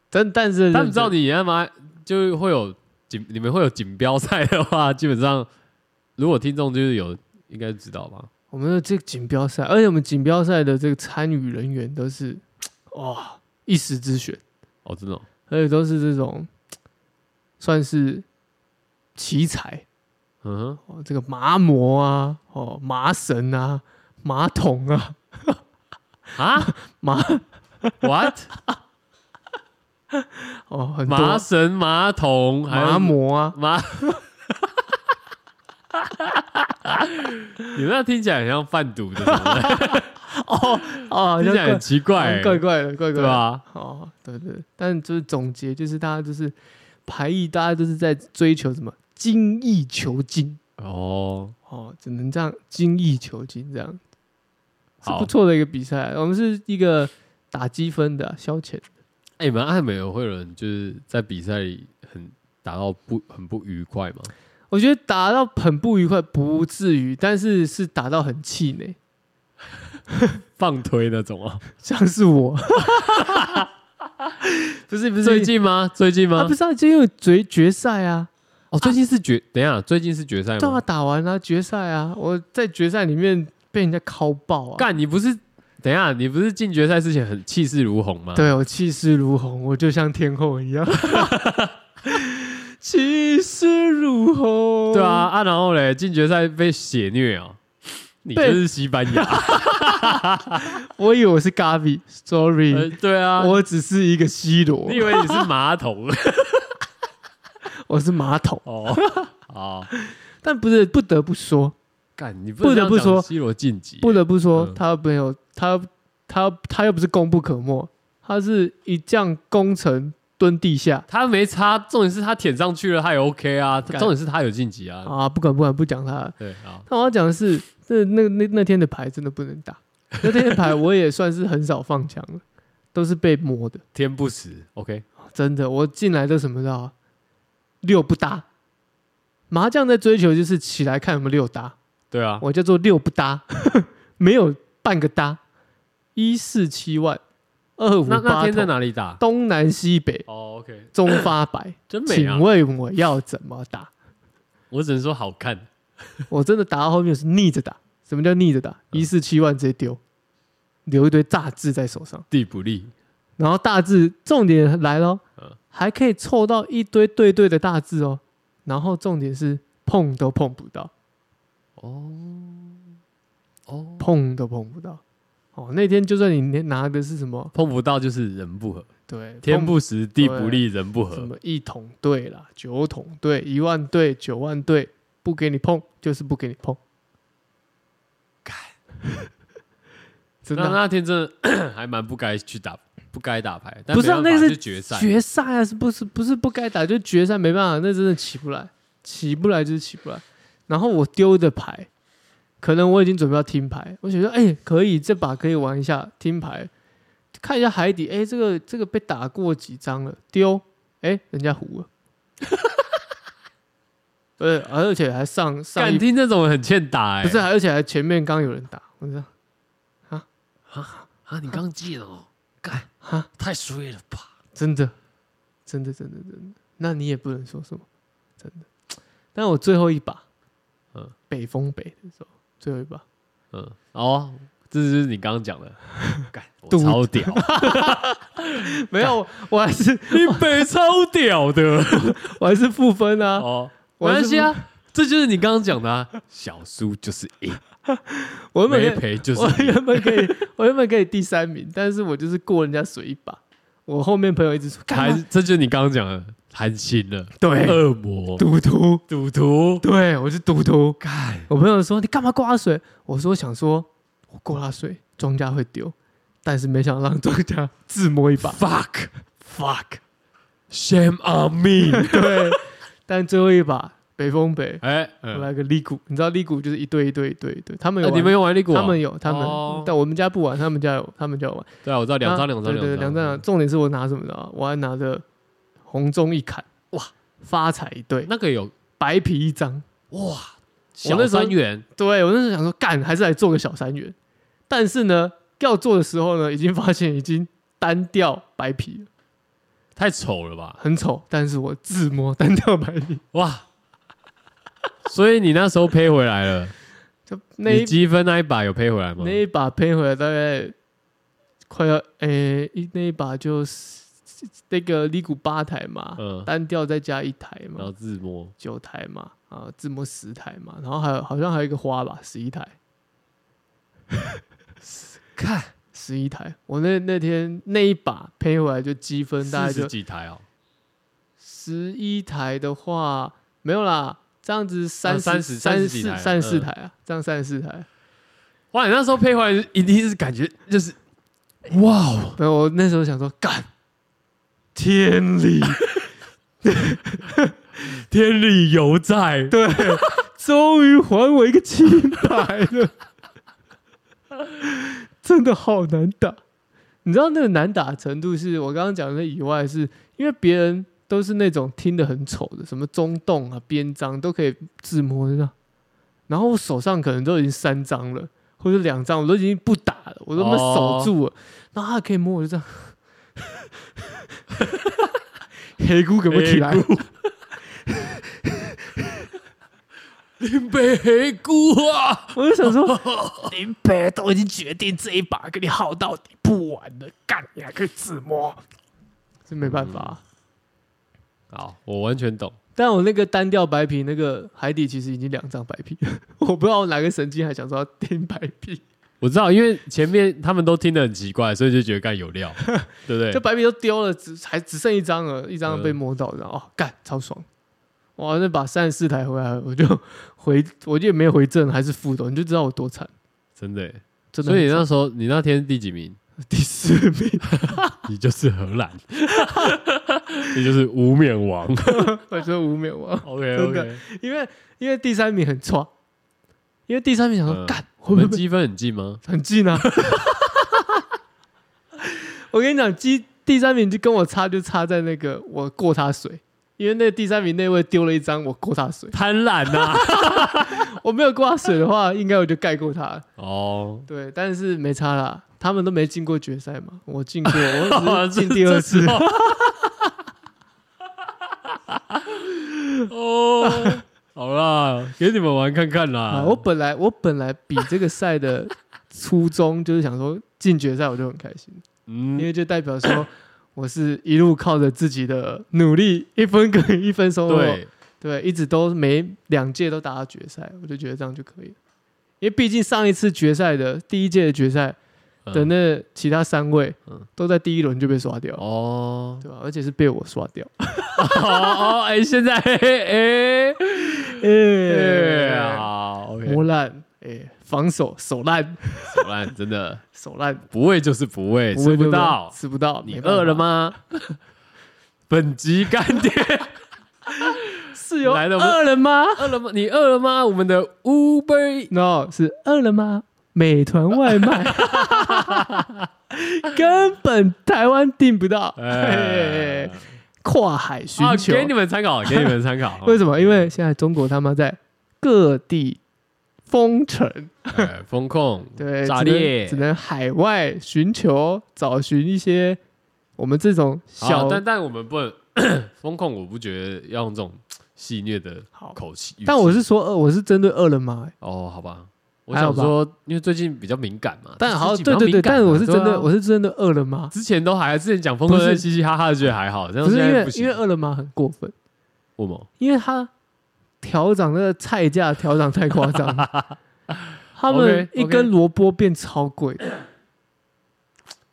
Speaker 2: 但但是
Speaker 1: 但你知道
Speaker 2: 你
Speaker 1: 你他妈就会有锦，你们会有锦标赛的话， 基本上如果听众就是有，应该知道吧？
Speaker 2: 我们的这个锦标赛，而且我们锦标赛的这个参与人员都是哇一时之选。
Speaker 1: 哦，真的哦、
Speaker 2: 而且都是这种算是奇才
Speaker 1: 嗯哼，
Speaker 2: 哦，这个麻魔啊，哦麻绳啊，马桶啊，
Speaker 1: 啊
Speaker 2: 麻
Speaker 1: ，what？
Speaker 2: 哦 很多
Speaker 1: 麻绳、马桶、还有
Speaker 2: 麻魔啊，
Speaker 1: 麻， 你那听起来很像贩毒的什么的，
Speaker 2: 哦哦， 好
Speaker 1: 听
Speaker 2: 像
Speaker 1: 起来
Speaker 2: 怪
Speaker 1: 很奇怪、欸，
Speaker 2: 怪怪的，怪怪
Speaker 1: 对
Speaker 2: 的
Speaker 1: 吧？
Speaker 2: 哦，对对，但就是总结，就是大家就是排异，大家都是在追求什么精益求精
Speaker 1: 哦，
Speaker 2: 哦，只能这样精益求精，这样是
Speaker 1: 好
Speaker 2: 不错的一个比赛。啊我们是一个打积分的、啊消遣，
Speaker 1: 哎、你们爱美有会有人就是在比赛里很打到不很不愉快吗？
Speaker 2: 我觉得打到很不愉快不至于，但是是打到很气馁，
Speaker 1: 放推那种 啊？
Speaker 2: 像 是我，不是不是
Speaker 1: 最近吗？最近吗？
Speaker 2: 啊，不是啊，就因为决决赛啊，
Speaker 1: 哦，最近是决，等一下，最近是决赛
Speaker 2: 对啊，
Speaker 1: 吗？
Speaker 2: 打完了、决赛啊，我在决赛里面被人家敲爆啊，
Speaker 1: 干，你不是等一下，你不是进决赛之前很气势如虹吗？，
Speaker 2: 对我气势如虹，我就像天后一样， 气势如虹。
Speaker 1: 对啊，，啊，然后嘞，进决赛被血虐哦，你就是西班牙，
Speaker 2: 我以为我是 Gavi，Sorry，、
Speaker 1: 呃对啊，
Speaker 2: 我只是一个 C 罗
Speaker 1: 你，以为你是马桶
Speaker 2: 我是马桶。
Speaker 1: 哦？哦，
Speaker 2: 但不是，不得不说，
Speaker 1: 干，你不
Speaker 2: 不得不说
Speaker 1: 西罗晋级，
Speaker 2: 不得不说，
Speaker 1: 嗯
Speaker 2: 他没有他他他又不是功不可没，他是一将功成蹲地下
Speaker 1: 他没差，重点是他舔上去了，他也 OK 啊，
Speaker 2: 干
Speaker 1: 重点是他有晋级啊，
Speaker 2: 啊！不管不管，不讲他了。
Speaker 1: 对啊，
Speaker 2: 但我要讲的是，那那那那天的牌真的不能打，那天的牌我也算是很少放枪了，都是被摸的。
Speaker 1: 天不死，OK，
Speaker 2: 真的，我进来都什么到六不搭。麻将在追求就是起来看有没有六搭，
Speaker 1: 对啊，
Speaker 2: 我叫做六不搭， 没有半个搭，一四七万，二五
Speaker 1: 那那
Speaker 2: 八
Speaker 1: 天在
Speaker 2: 头，
Speaker 1: 哪里打？
Speaker 2: 东南西北，
Speaker 1: 哦，OK，
Speaker 2: 中发 白，
Speaker 1: 真美啊
Speaker 2: 请，问我要怎么打？
Speaker 1: 我只能说好看，
Speaker 2: 我真的打到后面是逆着打，什么叫逆着打？
Speaker 1: 嗯
Speaker 2: 一四七万直接丢，留一堆大字在手上，
Speaker 1: 地不利，
Speaker 2: 然后大字重点来咯，
Speaker 1: 嗯
Speaker 2: 还可以凑到一堆对对的大字哦。然后重点是碰都碰不到，
Speaker 1: 哦，
Speaker 2: 碰都碰不到。哦，那天就算你拿的是什么，
Speaker 1: 碰不到就是人不合，
Speaker 2: 对，
Speaker 1: 天
Speaker 2: 碰啊
Speaker 1: 不时，地不利，人不
Speaker 2: 什
Speaker 1: 合，
Speaker 2: 么一桶对啦，九桶对，一万对，九万对，不给你碰就是不给你碰。 干，真
Speaker 1: 那
Speaker 2: 的啊
Speaker 1: 那天真的 还蛮不该去打，不该打牌，但
Speaker 2: 不是啊
Speaker 1: 没办法
Speaker 2: 那个是
Speaker 1: 就决赛，
Speaker 2: 决赛啊，是不是不是不该打，就决赛没办法，那真的起不来，起不来就是起不来。然后我丢的牌，可能我已经准备要听牌，我觉得哎、可以，这把可以玩一下听牌，看一下海底，哎、这个这个被打过几张了，丢，哎、人 家胡了，对，而且还上上
Speaker 1: 敢
Speaker 2: 一
Speaker 1: 听这种很欠打哎，
Speaker 2: 不是，啊而且还前面刚有人打，我知道
Speaker 1: 啊，你刚进哦，干
Speaker 2: 哈，
Speaker 1: 太衰了吧？
Speaker 2: 真的，真的，真的，真的，那你也不能说什么，真的。但我最后一把，呃
Speaker 1: 嗯
Speaker 2: 北风北的时候，最后一把，
Speaker 1: 嗯，哦，这就是你刚刚讲的，干，我
Speaker 2: 肚子
Speaker 1: 超 屌，
Speaker 2: 没有，我还是
Speaker 1: 你北超屌的
Speaker 2: 我还是负分 啊，
Speaker 1: 哦，没
Speaker 2: 我还
Speaker 1: 关
Speaker 2: 是
Speaker 1: 系啊，这就是你刚刚讲的，啊，小输就是赢，
Speaker 2: 我原
Speaker 1: 没
Speaker 2: 本可以
Speaker 1: 赔就是
Speaker 2: 我
Speaker 1: 赢
Speaker 2: 原本可以， 我原本可以第三名，但是我就是过人家水一把。我后面朋友一直说，
Speaker 1: 还
Speaker 2: 干
Speaker 1: 这就是你刚刚讲的贪心了，
Speaker 2: 对
Speaker 1: 恶魔、
Speaker 2: 赌徒，
Speaker 1: 赌徒，
Speaker 2: 对我是赌徒。
Speaker 1: 干，
Speaker 2: 我朋友说你干嘛过他水？我说想说我过他水，庄家会丢，但是没想到让庄家自摸一把。
Speaker 1: fuck
Speaker 2: fuck，
Speaker 1: shame on me，
Speaker 2: 对，但最后一把北风北，
Speaker 1: 哎，
Speaker 2: 我
Speaker 1: 嗯
Speaker 2: 来个利谷，你知道利谷就是一对一对一对一对，他们有
Speaker 1: 啊
Speaker 2: 玩、
Speaker 1: 你们有玩立果？
Speaker 2: 他们有他们、
Speaker 1: 哦
Speaker 2: 但我们家不玩，他们家有他们家有玩，
Speaker 1: 对啊，我知道两张
Speaker 2: 那
Speaker 1: 两张
Speaker 2: 对对
Speaker 1: 两
Speaker 2: 两
Speaker 1: 张嗯
Speaker 2: 张两，重点是我拿什么的、啊？我还拿着红中一砍，哇，发财一对，
Speaker 1: 那个有
Speaker 2: 白皮一张，
Speaker 1: 哇，
Speaker 2: 我
Speaker 1: 小
Speaker 2: 那时候
Speaker 1: 三元
Speaker 2: 对我那时候想说干，还是来做个小三元，但是呢，要做的时候呢，已经发现已经单调白皮了，
Speaker 1: 太丑了吧？
Speaker 2: 很丑，但是我自摸单调白皮，
Speaker 1: 哇！所以你那时候赔回来了，
Speaker 2: 就 那一
Speaker 1: 你积分那一把有赔回来吗
Speaker 2: 那？一把赔回来大概快要诶、一那一把就是那个离谷八台嘛，
Speaker 1: 嗯
Speaker 2: 单调再加一台
Speaker 1: 然后
Speaker 2: 嘛，
Speaker 1: 自摸，
Speaker 2: 九台嘛，啊，自摸十台嘛，然后还有好像还有一个花吧，十一台，
Speaker 1: 看
Speaker 2: 十一台。我那那天那一把赔回来就积分
Speaker 1: 四
Speaker 2: 大概就
Speaker 1: 十几台哦，
Speaker 2: 十一台的话没有啦，这样子三
Speaker 1: 啊30
Speaker 2: 三
Speaker 1: 30几
Speaker 2: 四
Speaker 1: 台
Speaker 2: 三十四
Speaker 1: 嗯
Speaker 2: 台啊，这样三十四台。
Speaker 1: 哇，你那时候配回来一定是感觉就是，哇哦，
Speaker 2: 没有，我那时候想说，干，天理，
Speaker 1: 天理犹在。对，
Speaker 2: 终于还我一个清白 了，真的好难打。你知道那个难打的程度是我刚刚讲的以外是，因为别人都是那种听得很丑的，什么中洞啊、边章都可以自摸得到，然后我手上可能都已经三张了，或者两张，我都已经不打了，我都他妈
Speaker 1: 哦
Speaker 2: 守住了，然后他可以摸，我就这样， 黑姑给我起来
Speaker 1: 黑，林北黑姑啊，
Speaker 2: 我就想说，
Speaker 1: 林北都已经决定这一把跟你耗到底不玩了，干你还可以自摸。
Speaker 2: 这没办法啊、
Speaker 1: 好，我完全懂。
Speaker 2: 但我那个单调白皮，那个海底其实已经两张白皮了， 我不知道我哪个神经还想说要订白皮，
Speaker 1: 我知道，因为前面他们都听得很奇怪，所以就觉得干有 料，对不对？
Speaker 2: 就白皮都丢了，只还只剩一张了，一张被摸到，然
Speaker 1: 嗯
Speaker 2: 后哦，干超爽！哇，那把三十四台回来，我就回， 我就没有回正，还是负的，你就知道我多惨，
Speaker 1: 真的耶。
Speaker 2: 真的
Speaker 1: 所以
Speaker 2: 很
Speaker 1: 你
Speaker 2: 惨。
Speaker 1: 那时候，你那天第几名？
Speaker 2: 第四名，
Speaker 1: 你就是荷 兰，你就是无冕 王。
Speaker 2: 我说五秒啊，
Speaker 1: OK
Speaker 2: 真的
Speaker 1: OK，
Speaker 2: 因为因为第三名很差，因为第三名想说
Speaker 1: 嗯
Speaker 2: 干、
Speaker 1: 我
Speaker 2: 会不会
Speaker 1: 们
Speaker 2: 被
Speaker 1: 积分很近 吗？
Speaker 2: 很近啊！ 我跟你讲，第第三名就跟我差就差在那个我过他水，因为那个第三名那位丢了一张我过他水，
Speaker 1: 贪婪啊呐、
Speaker 2: 我没有过他水的话，应该我就盖过他了。
Speaker 1: 哦，
Speaker 2: 对，但是没差啦，他们都没进过决赛嘛，我进过，我只是进
Speaker 1: 这
Speaker 2: 第二次
Speaker 1: 这时。候哦，好啦，给你们玩看看啦
Speaker 2: 啊，。我本来我本来比这个赛的初衷就是想说进决赛我就很开心，因
Speaker 1: 嗯，
Speaker 2: 为就代表说我是一路靠着自己的努力，一分耕一分收获，
Speaker 1: 对，
Speaker 2: 对，一直都每两届都打到决赛，我就觉得这样就可以了。因为毕竟上一次决赛的第一届的决赛的
Speaker 1: 嗯
Speaker 2: 那其他三位
Speaker 1: 嗯，
Speaker 2: 都在第一轮就被刷掉，
Speaker 1: 哦
Speaker 2: 对吧、而且是被我刷掉。
Speaker 1: 哦哦，哎，现在哎哎
Speaker 2: 哎呀，
Speaker 1: 啊，OK，
Speaker 2: 磨烂，哎，防守手烂，
Speaker 1: 手烂真的
Speaker 2: 手烂，
Speaker 1: 不喂就是不喂，
Speaker 2: 会
Speaker 1: 吃不到。
Speaker 2: 吃不到。
Speaker 1: 你
Speaker 2: 没办法
Speaker 1: 饿了？吗？本集干爹
Speaker 2: 是有
Speaker 1: 来的不
Speaker 2: 饿了吗
Speaker 1: 饿了吗？你饿了吗？我们的 Uber
Speaker 2: ？No，是饿了吗？美团 外卖，根本台湾订不到，
Speaker 1: 哎
Speaker 2: 嘿跨海寻
Speaker 1: 啊，
Speaker 2: 求。。
Speaker 1: 给你们参 考，给你们参考
Speaker 2: 为什么？因为现在中国他妈在各地封城，
Speaker 1: 哎风控
Speaker 2: 对，
Speaker 1: 炸
Speaker 2: 只能
Speaker 1: 裂
Speaker 2: 只能海外寻求找寻一些我们这种
Speaker 1: 好
Speaker 2: 小，
Speaker 1: 但但我们不能 风控，我不觉得要用这种戏谑的
Speaker 2: 好
Speaker 1: 口气。语
Speaker 2: 但
Speaker 1: 气
Speaker 2: 我是说，呃，我是针对饿了么、欸
Speaker 1: 哦，好吧，我
Speaker 2: 还好
Speaker 1: 想
Speaker 2: 吧
Speaker 1: 说，因为最近比较敏感嘛，
Speaker 2: 但好，
Speaker 1: 最近
Speaker 2: 对
Speaker 1: 比较敏
Speaker 2: 对对，
Speaker 1: 感
Speaker 2: 但
Speaker 1: 啊
Speaker 2: 我是
Speaker 1: 对
Speaker 2: 真
Speaker 1: 啊
Speaker 2: 的，我是真的饿了么，
Speaker 1: 之前都还之前讲风控
Speaker 2: 不是
Speaker 1: 在嘻嘻哈哈，觉得还好，但
Speaker 2: 不是因
Speaker 1: 现在
Speaker 2: 为
Speaker 1: 不行
Speaker 2: 因为饿了么很过分，
Speaker 1: 为什么？
Speaker 2: 因为他调涨那个菜价调涨太夸 张了，他们
Speaker 1: OK，OK
Speaker 2: 一根萝卜变超贵，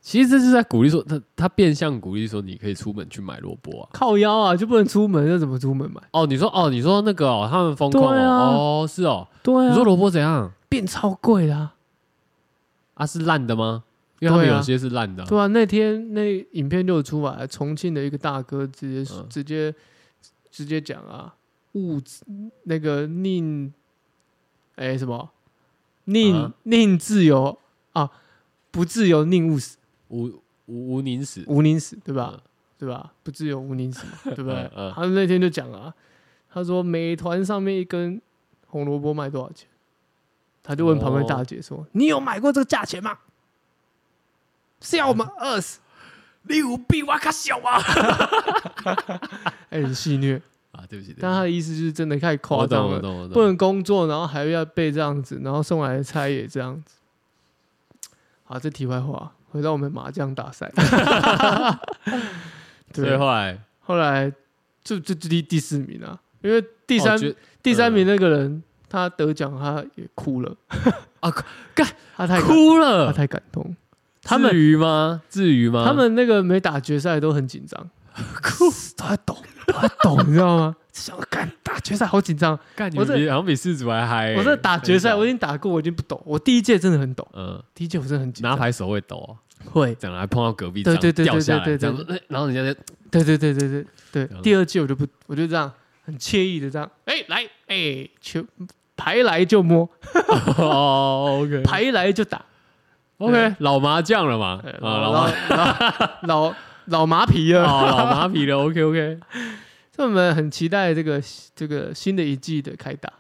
Speaker 1: 其实这是在鼓励说，他他变相鼓励说，你可以出门去买萝卜啊。
Speaker 2: 靠腰啊，就不能出门，那怎么出门买？
Speaker 1: 哦，你说哦，你说那个哦，他们风控
Speaker 2: 对啊
Speaker 1: 哦，哦是哦，
Speaker 2: 对
Speaker 1: 你
Speaker 2: 啊
Speaker 1: 说，萝卜怎样
Speaker 2: 变超贵啦、
Speaker 1: 啊？是烂的吗？因为他们
Speaker 2: 对啊
Speaker 1: 有些是烂的啊，
Speaker 2: 对啊，那天那影片就有出来，重庆的一个大哥直接、
Speaker 1: 嗯
Speaker 2: 直接直接讲啊，物质那个宁哎、什么宁
Speaker 1: 啊
Speaker 2: 宁、自由啊，不自由宁勿死，
Speaker 1: 无无无宁死，
Speaker 2: 无宁死，对吧？
Speaker 1: 嗯
Speaker 2: 对吧？不自由无宁 死嘛，对不对？
Speaker 1: 嗯嗯
Speaker 2: 他那天就讲啊，他说美团上面一根红萝卜卖多少钱？他就问旁边
Speaker 1: 哦
Speaker 2: 大姐说：“你有买过这个价钱吗？是要我们饿死？”
Speaker 1: 哦你有病哇卡小 啊！
Speaker 2: 哎、很戏虐。
Speaker 1: 啊，对不起，对不起
Speaker 2: 但他的意思就是真的太夸
Speaker 1: 我
Speaker 2: 张
Speaker 1: 懂我
Speaker 2: 了，
Speaker 1: 懂我懂，
Speaker 2: 不能工作，然后还要被这样子，然后送来的菜也这样子。好，这题外话，回到我们麻将大 赛。
Speaker 1: 所以
Speaker 2: 对，
Speaker 1: 后来
Speaker 2: 后来就就就第第四名啊，因为第
Speaker 1: 第
Speaker 2: 三、第三
Speaker 1: 嗯
Speaker 2: 名那个人他得奖，他也哭了
Speaker 1: 啊干，
Speaker 2: 他太感
Speaker 1: 哭
Speaker 2: 他
Speaker 1: 了，
Speaker 2: 太感动。他们
Speaker 1: 至于吗？至于吗？
Speaker 2: 他们那 个没打决赛都很紧张，哭，他在抖，他在抖，你知道吗？想干打啊，决赛好紧张！
Speaker 1: 干你
Speaker 2: 我
Speaker 1: 们
Speaker 2: 这
Speaker 1: 比好像比世足还嗨欸、
Speaker 2: 我这打决赛，我已经打过，我已经不懂。我第一届真的很懂，
Speaker 1: 嗯，
Speaker 2: 第一届我真的很紧
Speaker 1: 拿
Speaker 2: 张。
Speaker 1: 牌手会抖、啊，
Speaker 2: 会，
Speaker 1: 整来碰到隔壁，
Speaker 2: 对对对
Speaker 1: 这样掉下来，
Speaker 2: 对对对
Speaker 1: 这样哎 然后人家就
Speaker 2: 对对对对对
Speaker 1: 这
Speaker 2: 对。
Speaker 1: 样
Speaker 2: 第二届我就不，我就这样很惬意的这样，哎、来，哎、球牌来就摸，
Speaker 1: 哦，OK
Speaker 2: 牌来就打，
Speaker 1: OK，老麻将了嘛，
Speaker 2: 哎
Speaker 1: 啊，
Speaker 2: 老
Speaker 1: 老麻
Speaker 2: 老老老麻皮了。
Speaker 1: 哦，老麻皮了，OK OK，
Speaker 2: 所以我们很期待这个这个新的一季的开打。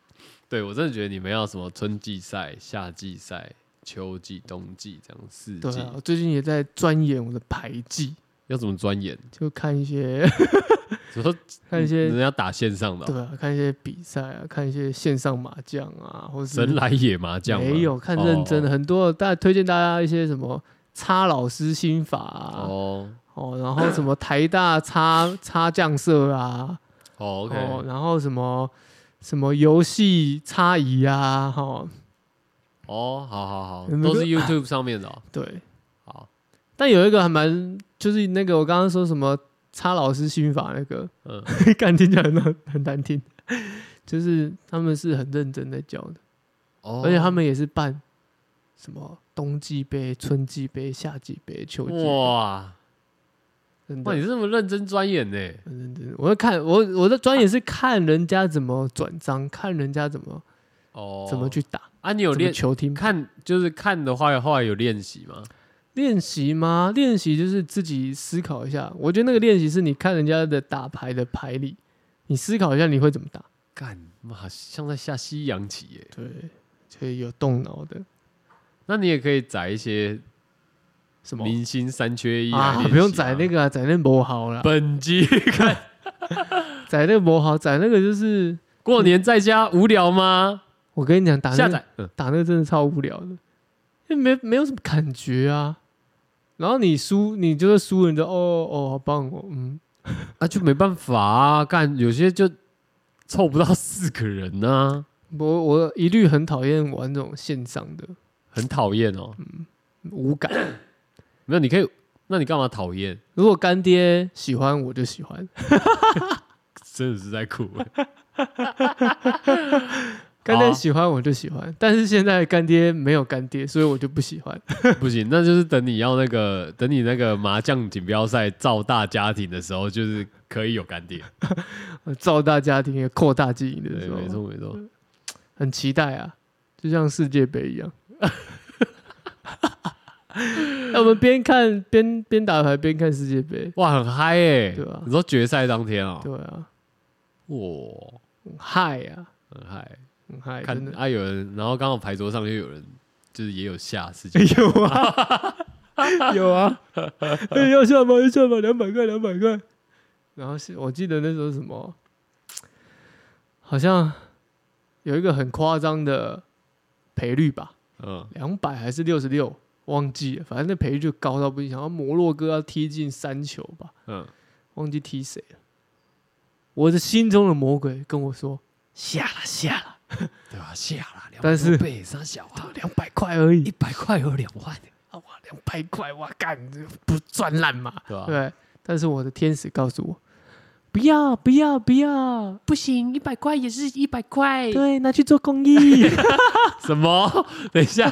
Speaker 1: 对我真的觉得你们要什么春季赛、夏季赛、秋季、冬季这样四
Speaker 2: 对
Speaker 1: 季，
Speaker 2: 啊，我最近也在钻研我的牌技，
Speaker 1: 要怎么钻研？
Speaker 2: 就看一些
Speaker 1: 嗯只说
Speaker 2: 看一些
Speaker 1: 人家打线上的哦、
Speaker 2: 对啊，看一些比赛啊，看一些线上麻将啊，或是
Speaker 1: 神来也麻将吗哦
Speaker 2: 没有看认真的、很多，大家推荐大家一些什么插老师心法啊，哦
Speaker 1: 哦
Speaker 2: 然后什么台大插插酱色啊，
Speaker 1: 哦哦，OK，
Speaker 2: 哦，然后什么什么游戏插移啊，哦，
Speaker 1: 哦，好好好，
Speaker 2: 那
Speaker 1: 都
Speaker 2: 个
Speaker 1: 是 YouTube 上面的哦、
Speaker 2: 对，
Speaker 1: 好，
Speaker 2: 但有一个还蛮，就是那个我刚刚说什么插老师心法那个，
Speaker 1: 嗯，
Speaker 2: 干听起来很很难听，就是他们是很认真在教的。
Speaker 1: 哦，
Speaker 2: 而且他们也是办什么冬季杯、春季杯、夏季杯、秋季杯，
Speaker 1: 哇
Speaker 2: 真
Speaker 1: 哇，
Speaker 2: 的
Speaker 1: 你是这么认真钻研呢？
Speaker 2: 很认真。我在看我我的专业是看人家怎么转章，看人家怎么
Speaker 1: 哦，
Speaker 2: 怎么去打，
Speaker 1: 啊？你有
Speaker 2: 怎么
Speaker 1: 练
Speaker 2: 球听
Speaker 1: 看，就是看的话，后来有练习吗？
Speaker 2: 练习吗？练习就是自己思考一下。我觉得那个练习是你看人家的打牌的牌理，你思考一下你会怎么打。
Speaker 1: 干妈像在下西洋棋耶！
Speaker 2: 对，所以有动脑的
Speaker 1: 那你也可以载一些
Speaker 2: 什么
Speaker 1: 明星三缺一来
Speaker 2: 啊，
Speaker 1: 练习
Speaker 2: 不用宰那个啊，宰那不好啦，
Speaker 1: 本集
Speaker 2: 宰那不好，宰那个就是
Speaker 1: 过年在家无聊吗？
Speaker 2: 我跟你讲，打啊那
Speaker 1: 下
Speaker 2: 个
Speaker 1: 载，嗯，
Speaker 2: 打那个真的超无聊的，因为没没有什么感觉啊。然后你输，你就是输了，你就哦哦，好棒哦，嗯，
Speaker 1: 啊，就没办法啊，干有些就凑不到四个人啊呐、
Speaker 2: 我我一律很讨厌玩这种线上的，
Speaker 1: 很讨厌哦。
Speaker 2: 无感。
Speaker 1: 没有，你可以，那你干嘛讨厌？
Speaker 2: 如果干爹喜欢我就喜欢，
Speaker 1: 真的是在哭。
Speaker 2: 干爹
Speaker 1: 好
Speaker 2: 喜欢我就喜欢，但是现在干爹没有干爹，所以我就不喜欢。
Speaker 1: 不行，那就是等你要那个，等你那个麻将锦标赛造大家庭的时候，就是可以有干 爹。
Speaker 2: 呃造大家庭也扩大经营的
Speaker 1: 对，
Speaker 2: 时候，
Speaker 1: 没错没错。
Speaker 2: 很期待啊，就像世界杯一样。 那我们边看边边打牌边看世界杯，
Speaker 1: 哇，很嗨耶！
Speaker 2: 对啊
Speaker 1: 你说决赛当天哦，
Speaker 2: 对啊，
Speaker 1: 哇，
Speaker 2: 很嗨啊，
Speaker 1: 很嗨。
Speaker 2: 很嗨，
Speaker 1: 看
Speaker 2: 哎真的
Speaker 1: 啊，有人，然后刚好牌桌上又有人，就是也有下世 界。
Speaker 2: 有啊，有 啊，哎要下吗？要下吗？两百块，两百块。然后是我记得那时候什么，好像有一个很夸张的赔率吧，
Speaker 1: 嗯，
Speaker 2: 两百还是六十六，忘记了，反正那赔率就高到不行。然后摩洛哥要踢进三球吧，
Speaker 1: 嗯，
Speaker 2: 忘记踢谁了。我的心中的魔鬼跟我说：“下了，下了，
Speaker 1: 对吧？下啦，两
Speaker 2: 但是
Speaker 1: 倍三小啊，
Speaker 2: 两百块而已
Speaker 1: 一。百块有两万，
Speaker 2: 啊，哇，两百块，哇，干，这不赚烂嘛？
Speaker 1: 对吧？啊
Speaker 2: 对，但是我的天使告诉我，不要，不要，不要，
Speaker 1: 不行，一百块 也是一百块
Speaker 2: 对，拿去做公 益。
Speaker 1: 什么？ 等一下，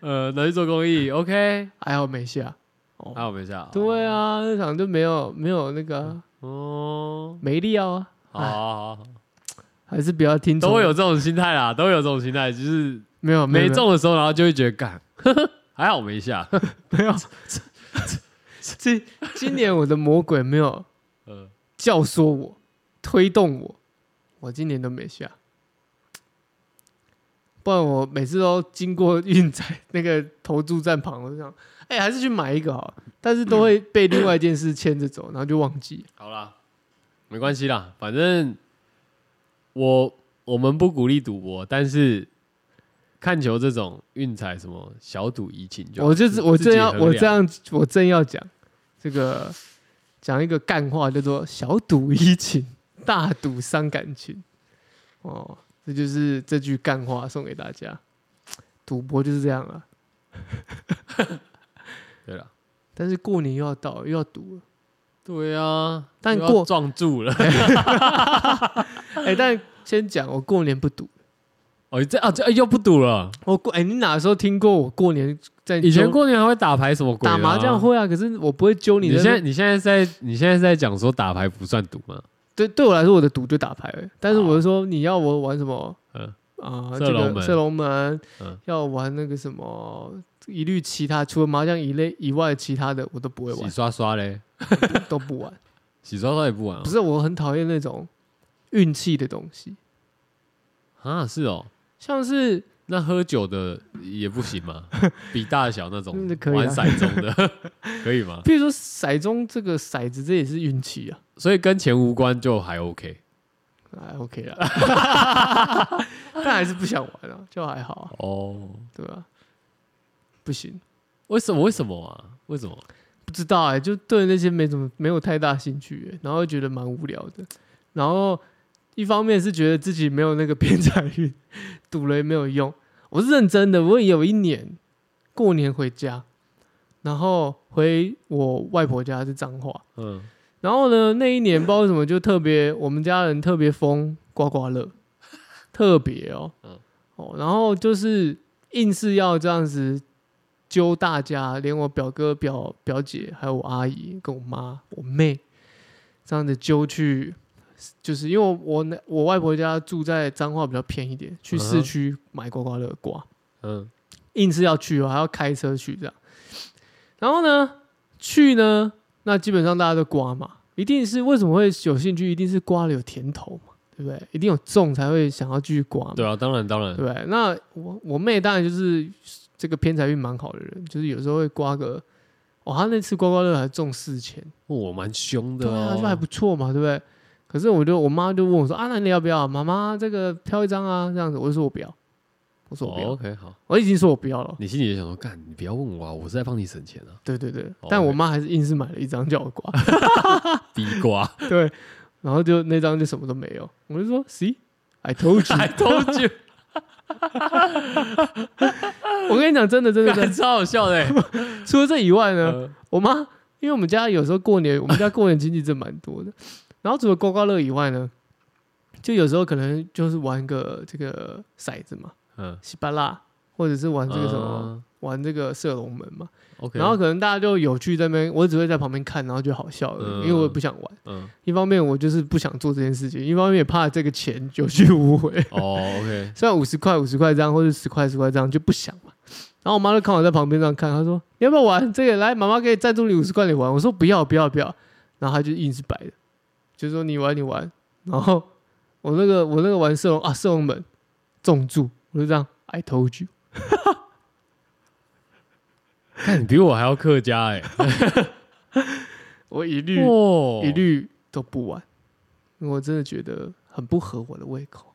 Speaker 1: 呃，拿去做公益，OK？
Speaker 2: 还好没下。哦，
Speaker 1: 还有没下？
Speaker 2: 对，啊，那场就没有没有那个
Speaker 1: 嗯
Speaker 2: 啊
Speaker 1: 哦，
Speaker 2: 没料啊，
Speaker 1: 好好，好
Speaker 2: 还是不要听从。
Speaker 1: 都会有这种心态啦，都会有这种心态，就是
Speaker 2: 没有
Speaker 1: 没
Speaker 2: 有有
Speaker 1: 中的时候，然后就会觉得干， 呵呵还好没下，
Speaker 2: 没有。这今年我的魔鬼没有
Speaker 1: 呃，
Speaker 2: 教唆我，推动我，我今年都没下。不然我每次都经过运彩那个投注站旁，我就想，哎、还是去买一个好了，但是都会被另外一件事牵着走，然后就忘记。
Speaker 1: 好啦，没关系啦，反正我我们不鼓励赌博，但是。看球这种运彩什么小赌怡情就好，
Speaker 2: 我就是我
Speaker 1: 自己
Speaker 2: 正要
Speaker 1: 衡
Speaker 2: 我
Speaker 1: 量
Speaker 2: 这样我正要讲这个讲一个干话，叫做小赌怡情，大赌伤感情。哦，这就是这句干话送给大家。赌博就是这样啊，
Speaker 1: 对了，
Speaker 2: 但是过年又要到了又要赌了，
Speaker 1: 对啊，
Speaker 2: 但
Speaker 1: 又要
Speaker 2: 过
Speaker 1: 撞住了。
Speaker 2: 哎、但先讲，我过年不赌。
Speaker 1: 哦，这啊这哎又不赌了。
Speaker 2: 我过哎、你哪时候听过我过年在
Speaker 1: 以前
Speaker 2: 揪
Speaker 1: 过年还会打牌什么鬼的啊
Speaker 2: 打麻将？会啊？可是我不会揪你
Speaker 1: 你
Speaker 2: 的。
Speaker 1: 现在你现在是在你现在是在讲说打牌不算赌吗？
Speaker 2: 对对我来说，我的赌就打牌而已。但是
Speaker 1: 好
Speaker 2: 我是说你要我玩什么？
Speaker 1: 嗯
Speaker 2: 啊、
Speaker 1: 射
Speaker 2: 这
Speaker 1: 龙
Speaker 2: 个
Speaker 1: 门
Speaker 2: 射龙门，
Speaker 1: 嗯
Speaker 2: 要玩那个什么，一律其他除了麻将以类以外，其他的我都不会
Speaker 1: 洗
Speaker 2: 玩，
Speaker 1: 刷刷嘞，
Speaker 2: 都不玩。
Speaker 1: 嗯洗刷刷也不玩啊
Speaker 2: 不是，我很讨厌那种运气的东西，
Speaker 1: 啊？是哦，
Speaker 2: 像是
Speaker 1: 那喝酒的也不行 吗？比大小那种
Speaker 2: 嗯可以啊
Speaker 1: 玩骰盅的可以吗？
Speaker 2: 比如说骰盅这个骰子，这也是运气啊。
Speaker 1: 所以跟钱无关就还 OK
Speaker 2: 哎，OK 了，但还是不想玩啊，就还好啊，
Speaker 1: 哦。
Speaker 2: 对吧、不行，
Speaker 1: 为什么？为什么啊？为什么？
Speaker 2: 不知道哎、就对那些没怎么没有太大兴趣、欸，然后觉得蛮无聊的。然后一方面是觉得自己没有那个偏财运，赌了也没有用。我是认真的，我有一年过年回家，然后回我外婆家是彰化，
Speaker 1: 嗯，
Speaker 2: 然后呢，那一年不知道为什么就特别，我们家人特别疯刮刮乐，特别哦
Speaker 1: 嗯，
Speaker 2: 哦，然后就是硬是要这样子揪大家，连我表哥、表表姐，还有我阿姨、跟我妈、我妹，这样子揪去，就是因为我我那我外婆家住在彰化比较偏一点，去
Speaker 1: 嗯
Speaker 2: 市
Speaker 1: 哼
Speaker 2: 区买刮刮乐刮，
Speaker 1: 嗯，
Speaker 2: 硬是要去哦，还要开车去这样。然后呢，去呢，那基本上大家都刮嘛，一定是为什么会有兴趣？一定是刮了有甜头嘛，对不对？一定有中才会想要继续刮嘛，
Speaker 1: 对啊，当然当
Speaker 2: 对
Speaker 1: 然，
Speaker 2: 不对？那我我妹当然就是这个偏财运蛮好的人，就是有时候会刮个，哦，她那次刮刮乐还中四千，
Speaker 1: 我蛮凶的
Speaker 2: 对啊，
Speaker 1: 哦，
Speaker 2: 就还不错嘛，对不对？可是我就我妈就问我说啊，那你要不要啊？妈妈这个挑一张啊，这样子，我就说我不要，我说我不
Speaker 1: 哦
Speaker 2: 要，
Speaker 1: OK 好，
Speaker 2: 我已经说我不要了。
Speaker 1: 你心里也想说，干，你不要问我啊，我是在帮你省钱啊，
Speaker 2: 对对对
Speaker 1: 哦，
Speaker 2: 但我
Speaker 1: ，OK
Speaker 2: 妈还是硬是买了一张叫我刮，
Speaker 1: 逼瓜，
Speaker 2: 对，然后就那张就什么都没有，我就说，See。I told you，
Speaker 1: 还偷 酒，
Speaker 2: 我跟你讲，真的，真的，真
Speaker 1: 干超好笑的欸。
Speaker 2: 的。除了这以外呢，
Speaker 1: 嗯
Speaker 2: 我妈，因为我们家有时候过年，我们家过年亲戚真蛮多的。然后除了刮刮乐以外呢，就有时候可能就是玩个这个骰子嘛，
Speaker 1: 嗯，
Speaker 2: 西巴拉，或者是啊玩这个什么，
Speaker 1: 嗯
Speaker 2: 玩这个射龙门嘛。
Speaker 1: ？OK，
Speaker 2: 然后可能大家就有趣在那边，我只会在旁边看，然后就好笑而已，因为我也
Speaker 1: 嗯
Speaker 2: 不想玩。
Speaker 1: 嗯，
Speaker 2: 一方面我就是不想做这件事情，一方面也怕这个钱有去无回。
Speaker 1: 哦，OK，
Speaker 2: 虽然五十块五十块这样，或者十块十块这样就不想嘛。然后我妈就看我在旁边这样看，她说：“你要不要玩这个？来，妈妈可以赞助你五十块，你玩。”我说：“不要不要不要。”然后她就硬是摆的，就说：“你玩你玩。”然后我那个我那个玩射龙啊射龙门中注，我就这样 I told you。
Speaker 1: 看你比我还要客家 哎，
Speaker 2: 我一律、
Speaker 1: 哦
Speaker 2: 一律都不玩，因为我真的觉得很不合我的胃口。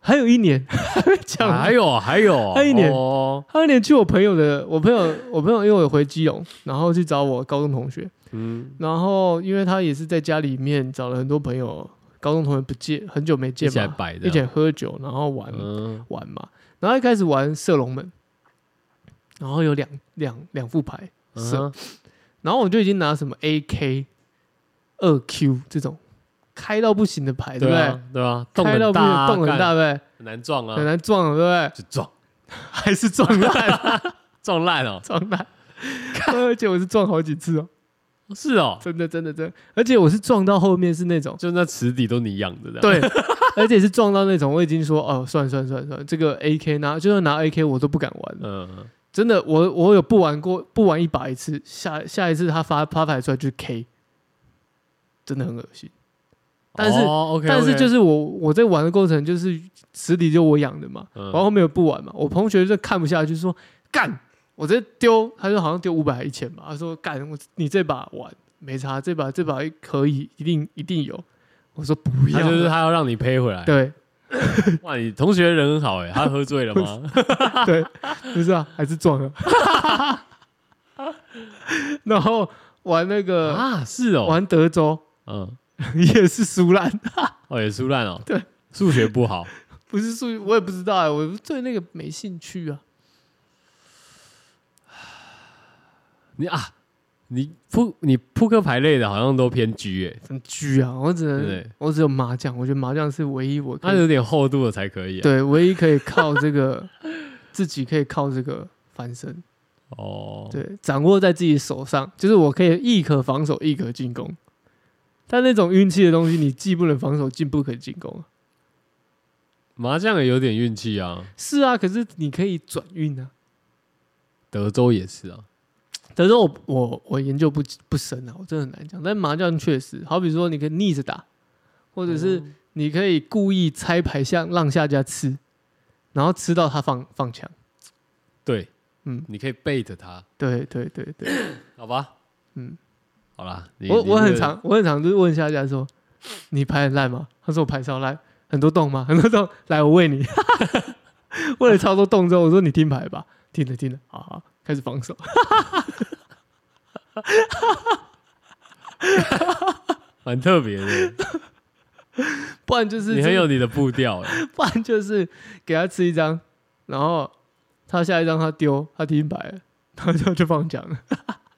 Speaker 2: 还有一年 还没讲完
Speaker 1: 啊还有还有，
Speaker 2: 还有一点
Speaker 1: 哦，
Speaker 2: 他有点去我朋友的，我朋友，我朋友因为我回基隆，然后去找我高中同学，
Speaker 1: 嗯，
Speaker 2: 然后因为他也是在家里面找了很多朋友，高中同学不见，很久没
Speaker 1: 一
Speaker 2: 见
Speaker 1: 起来
Speaker 2: 嘛，
Speaker 1: 摆的，
Speaker 2: 一起来喝酒，然后玩、
Speaker 1: 嗯，
Speaker 2: 玩嘛，然后一开始玩射龙门，然后有两两两副牌，
Speaker 1: 嗯
Speaker 2: 射
Speaker 1: 哼
Speaker 2: 然后我就已经拿什么 AK、二 Q 这种开到不行的牌，对不
Speaker 1: 对
Speaker 2: 对？
Speaker 1: 啊对啊，动
Speaker 2: 开
Speaker 1: 很
Speaker 2: 到不
Speaker 1: 大啊，
Speaker 2: 行，动很
Speaker 1: 干
Speaker 2: 大，，对
Speaker 1: 很难撞
Speaker 2: 不
Speaker 1: 啊
Speaker 2: 对？很，难撞了，对不对？
Speaker 1: 就撞
Speaker 2: 还是撞 烂，
Speaker 1: 撞烂哦，
Speaker 2: 撞烂，而且我是撞好几次哦。
Speaker 1: 是哦，
Speaker 2: 真的真的真的，而且我是撞到后面是那种，
Speaker 1: 就那池底都你养的这样，
Speaker 2: 对，而且是撞到那种，我已经说哦，算了算了算了算了，这个 AK 拿就算拿 AK 我都不敢玩了，
Speaker 1: 嗯，
Speaker 2: 真的，我我有不玩过，不玩一把一次，下下一次他发发牌出来就是 K，真的很恶心。但是
Speaker 1: 哦，OK，，
Speaker 2: 但是就是是我我在玩的过程，就是池底就我养的嘛，
Speaker 1: 嗯
Speaker 2: 然后后面有不玩嘛，我同学就看不下去说干，我直接丢，他就好像丢五百一千吧，他说干我你这把玩没差，这把这把可以，一定一定有，我说不
Speaker 1: 他
Speaker 2: 要，
Speaker 1: 就是他要让你赔回来，
Speaker 2: 对
Speaker 1: 哇，你同学人很好 哎，他喝醉了吗？
Speaker 2: 对，不是啊，还是撞了， 然后玩那个、
Speaker 1: 啊，是哦，
Speaker 2: 玩德州
Speaker 1: 嗯，
Speaker 2: 也是输烂，
Speaker 1: 哦也输烂哦，
Speaker 2: 对，
Speaker 1: 数学不好，
Speaker 2: 不是输，我也不知道、啊，我对那个没兴趣啊，
Speaker 1: 你啊，你扑你扑克牌类的，好像都偏 G 哎、
Speaker 2: 很巨啊！我只
Speaker 1: 对不
Speaker 2: 能
Speaker 1: 对？
Speaker 2: 我只有麻将，我觉得麻将是唯一我可
Speaker 1: 它
Speaker 2: 以
Speaker 1: 有点厚度的才可以、啊。，
Speaker 2: 对唯一可以靠这个自己可以靠这个翻身。
Speaker 1: 哦，
Speaker 2: 对，掌握在自己手上，就是我可以亦可防守，亦可进攻。但那种运气的东西，你既不能防守，既不可进攻啊。
Speaker 1: 麻将也有点运气啊，
Speaker 2: 是啊，可是你可以转运啊。
Speaker 1: 德州也是啊。
Speaker 2: 德州我我我研究不不深啊，我真的很难讲。但麻将确实，好比说你可以逆着打，或者是你可以故意拆牌下让下家吃，然后吃到他放放枪。
Speaker 1: 对，
Speaker 2: 嗯，
Speaker 1: 你可以 bait 它，
Speaker 2: 对对对对，
Speaker 1: 好吧？
Speaker 2: 嗯，
Speaker 1: 好啦，你
Speaker 2: 我
Speaker 1: 你
Speaker 2: 我很
Speaker 1: 这个
Speaker 2: 常我很常就是问下家说，你牌很烂吗？他说我牌超烂，很多洞吗？很多洞，来我喂你。 为了超多洞之后，我说你听牌吧，听着听着，好好开始防守。
Speaker 1: 蛮特别 的，
Speaker 2: 不然就是
Speaker 1: 你很
Speaker 2: 这
Speaker 1: 有你的步调欸
Speaker 2: 不然就是给他吃一张，然后他下一张他丢，他听牌了，然后就就放奖了，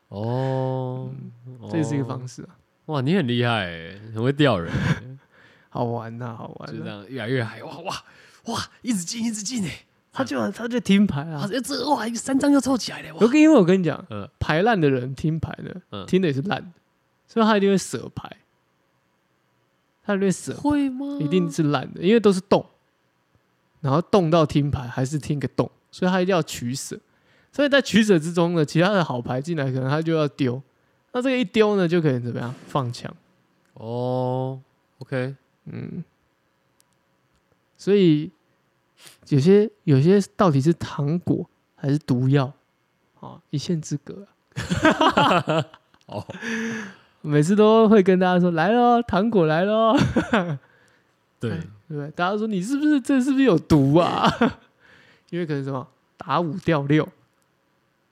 Speaker 1: 哦，
Speaker 2: 嗯这也是一个
Speaker 1: 哦
Speaker 2: 方式啊，
Speaker 1: 哇，你很厉害欸，很会钓人欸，
Speaker 2: 好玩呐、好
Speaker 1: 就
Speaker 2: 玩、
Speaker 1: 这
Speaker 2: 啊。
Speaker 1: 样越来越嗨，哇哇哇，一直进一直进哎，
Speaker 2: 他就他就听牌啊
Speaker 1: 好，像哎这哇三张就凑起来了，
Speaker 2: 我
Speaker 1: 哇，
Speaker 2: 跟因为我跟你讲，
Speaker 1: 嗯
Speaker 2: 牌烂的人听牌的，
Speaker 1: 嗯
Speaker 2: 听的也是烂的，所以他一定会舍牌，他一定会舍，
Speaker 1: 会吗？
Speaker 2: 一定是烂的，因为都是动，然后动到听牌还是听个动，所以他一定要取舍。所以在取舍之中呢，其他的好牌进来，可能他就要丢，那这个一丢呢，就可以怎么样放枪，
Speaker 1: 哦，OK，
Speaker 2: 嗯，所以有些有些到底是糖果还是毒药啊，一线之隔、啊。
Speaker 1: 哦，
Speaker 2: 每次都会跟大家说来咯，糖果来咯，
Speaker 1: 对
Speaker 2: 哎，对不对？大家说你是不是这是不是有毒啊？ 因为可能什么打五掉六，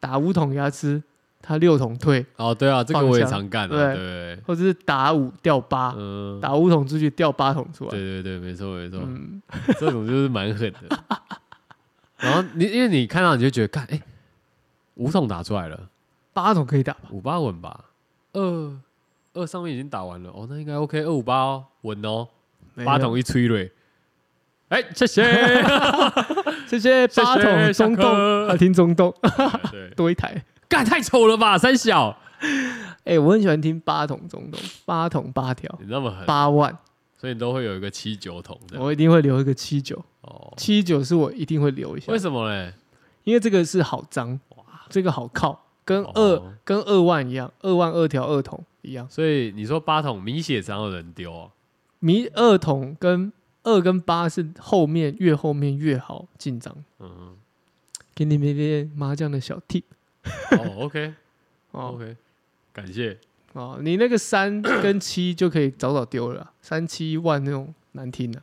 Speaker 2: 打五桶给他吃，他六桶退，
Speaker 1: 哦对啊，这个我也
Speaker 2: 放下
Speaker 1: 常干啊，
Speaker 2: 对
Speaker 1: 对
Speaker 2: 啊
Speaker 1: 对对，
Speaker 2: 或者是打五掉八，
Speaker 1: 嗯，
Speaker 2: 打五桶出去掉八桶出来。
Speaker 1: 对对对，没错没错，
Speaker 2: 嗯，
Speaker 1: 这种就是蛮狠 的。然后你因为你看到你就觉得，看，哎、五桶打出来了，
Speaker 2: 八桶可以打吧？
Speaker 1: 五八稳吧，二二上面已经打完了，哦，那应该 OK，二五八哦，稳哦，八桶
Speaker 2: 没
Speaker 1: 一催蕊，哎、谢谢，
Speaker 2: 有，谢
Speaker 1: 谢谢
Speaker 2: 谢八桶中
Speaker 1: 下
Speaker 2: 洞，
Speaker 1: 课
Speaker 2: 啊，听中洞
Speaker 1: 对，
Speaker 2: 多一台。
Speaker 1: 干太丑了吧，三小，
Speaker 2: 哎，我很喜欢听八桶中洞，八桶八条，
Speaker 1: 你那么狠，
Speaker 2: 八万，
Speaker 1: 所以你都会有一个七九桶这样，
Speaker 2: 我一定会留一个七九，
Speaker 1: 哦，
Speaker 2: 七九是我一定会留一下
Speaker 1: 为。什么嘞？
Speaker 2: 因为这个是好脏，这个好靠，跟
Speaker 1: 哦
Speaker 2: 二、跟二万一样，二万二条二筒一样，
Speaker 1: 所以你说八桶明显常有人丢、哦，
Speaker 2: 迷二筒跟二跟八是后面越后面越好进张，
Speaker 1: 嗯，
Speaker 2: 给你们一点麻将的小 tip
Speaker 1: 哦，OK
Speaker 2: 哦
Speaker 1: OK，感谢，
Speaker 2: 哦，你那个 三跟七就可以早早丢了啊，三七万那种难听的、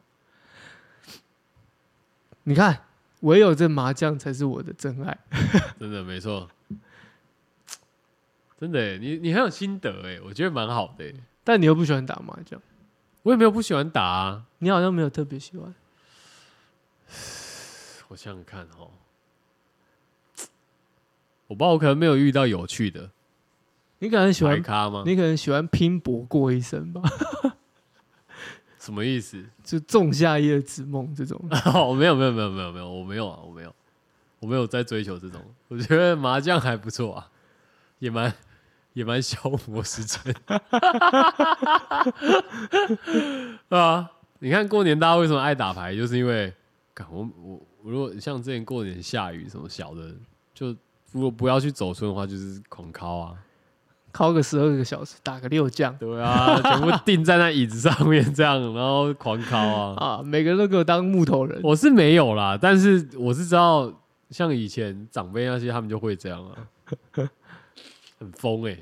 Speaker 2: 你看，唯有这麻将才是我的真爱。
Speaker 1: 真的没错，真的欸，你你很有心得哎，我觉得蛮好的欸。
Speaker 2: 但你又不喜欢打麻将，
Speaker 1: 我也没有不喜欢打啊，
Speaker 2: 你好像没有特别喜欢。
Speaker 1: 我想想看哦，我不知道我可能没有遇到有趣的
Speaker 2: 你可能喜
Speaker 1: 牌
Speaker 2: 欢，
Speaker 1: 咖吗？
Speaker 2: 你可能喜欢拼搏过一生吧。
Speaker 1: 什么意思？
Speaker 2: 就仲夏夜之梦这种，
Speaker 1: 哦，没有没有没有没有没有，我没有啊，我没有，我没有在追求这种。我觉得麻将还不错啊，也蛮也蛮消磨时间。对 啊，你看过年大家为什么爱打牌，就是因为，干我我我如果像之前过年下雨什么小的，就如果不要去走村的话，就是狂敲啊，
Speaker 2: 敲个十二个小时，打个六将
Speaker 1: 对啊，全部定在那椅子上面这样，然后狂敲啊。
Speaker 2: 啊，每个人都给我当木头人。
Speaker 1: 我是没有啦，但是我是知道，像以前长辈那些，他们就会这样啊，很疯哎、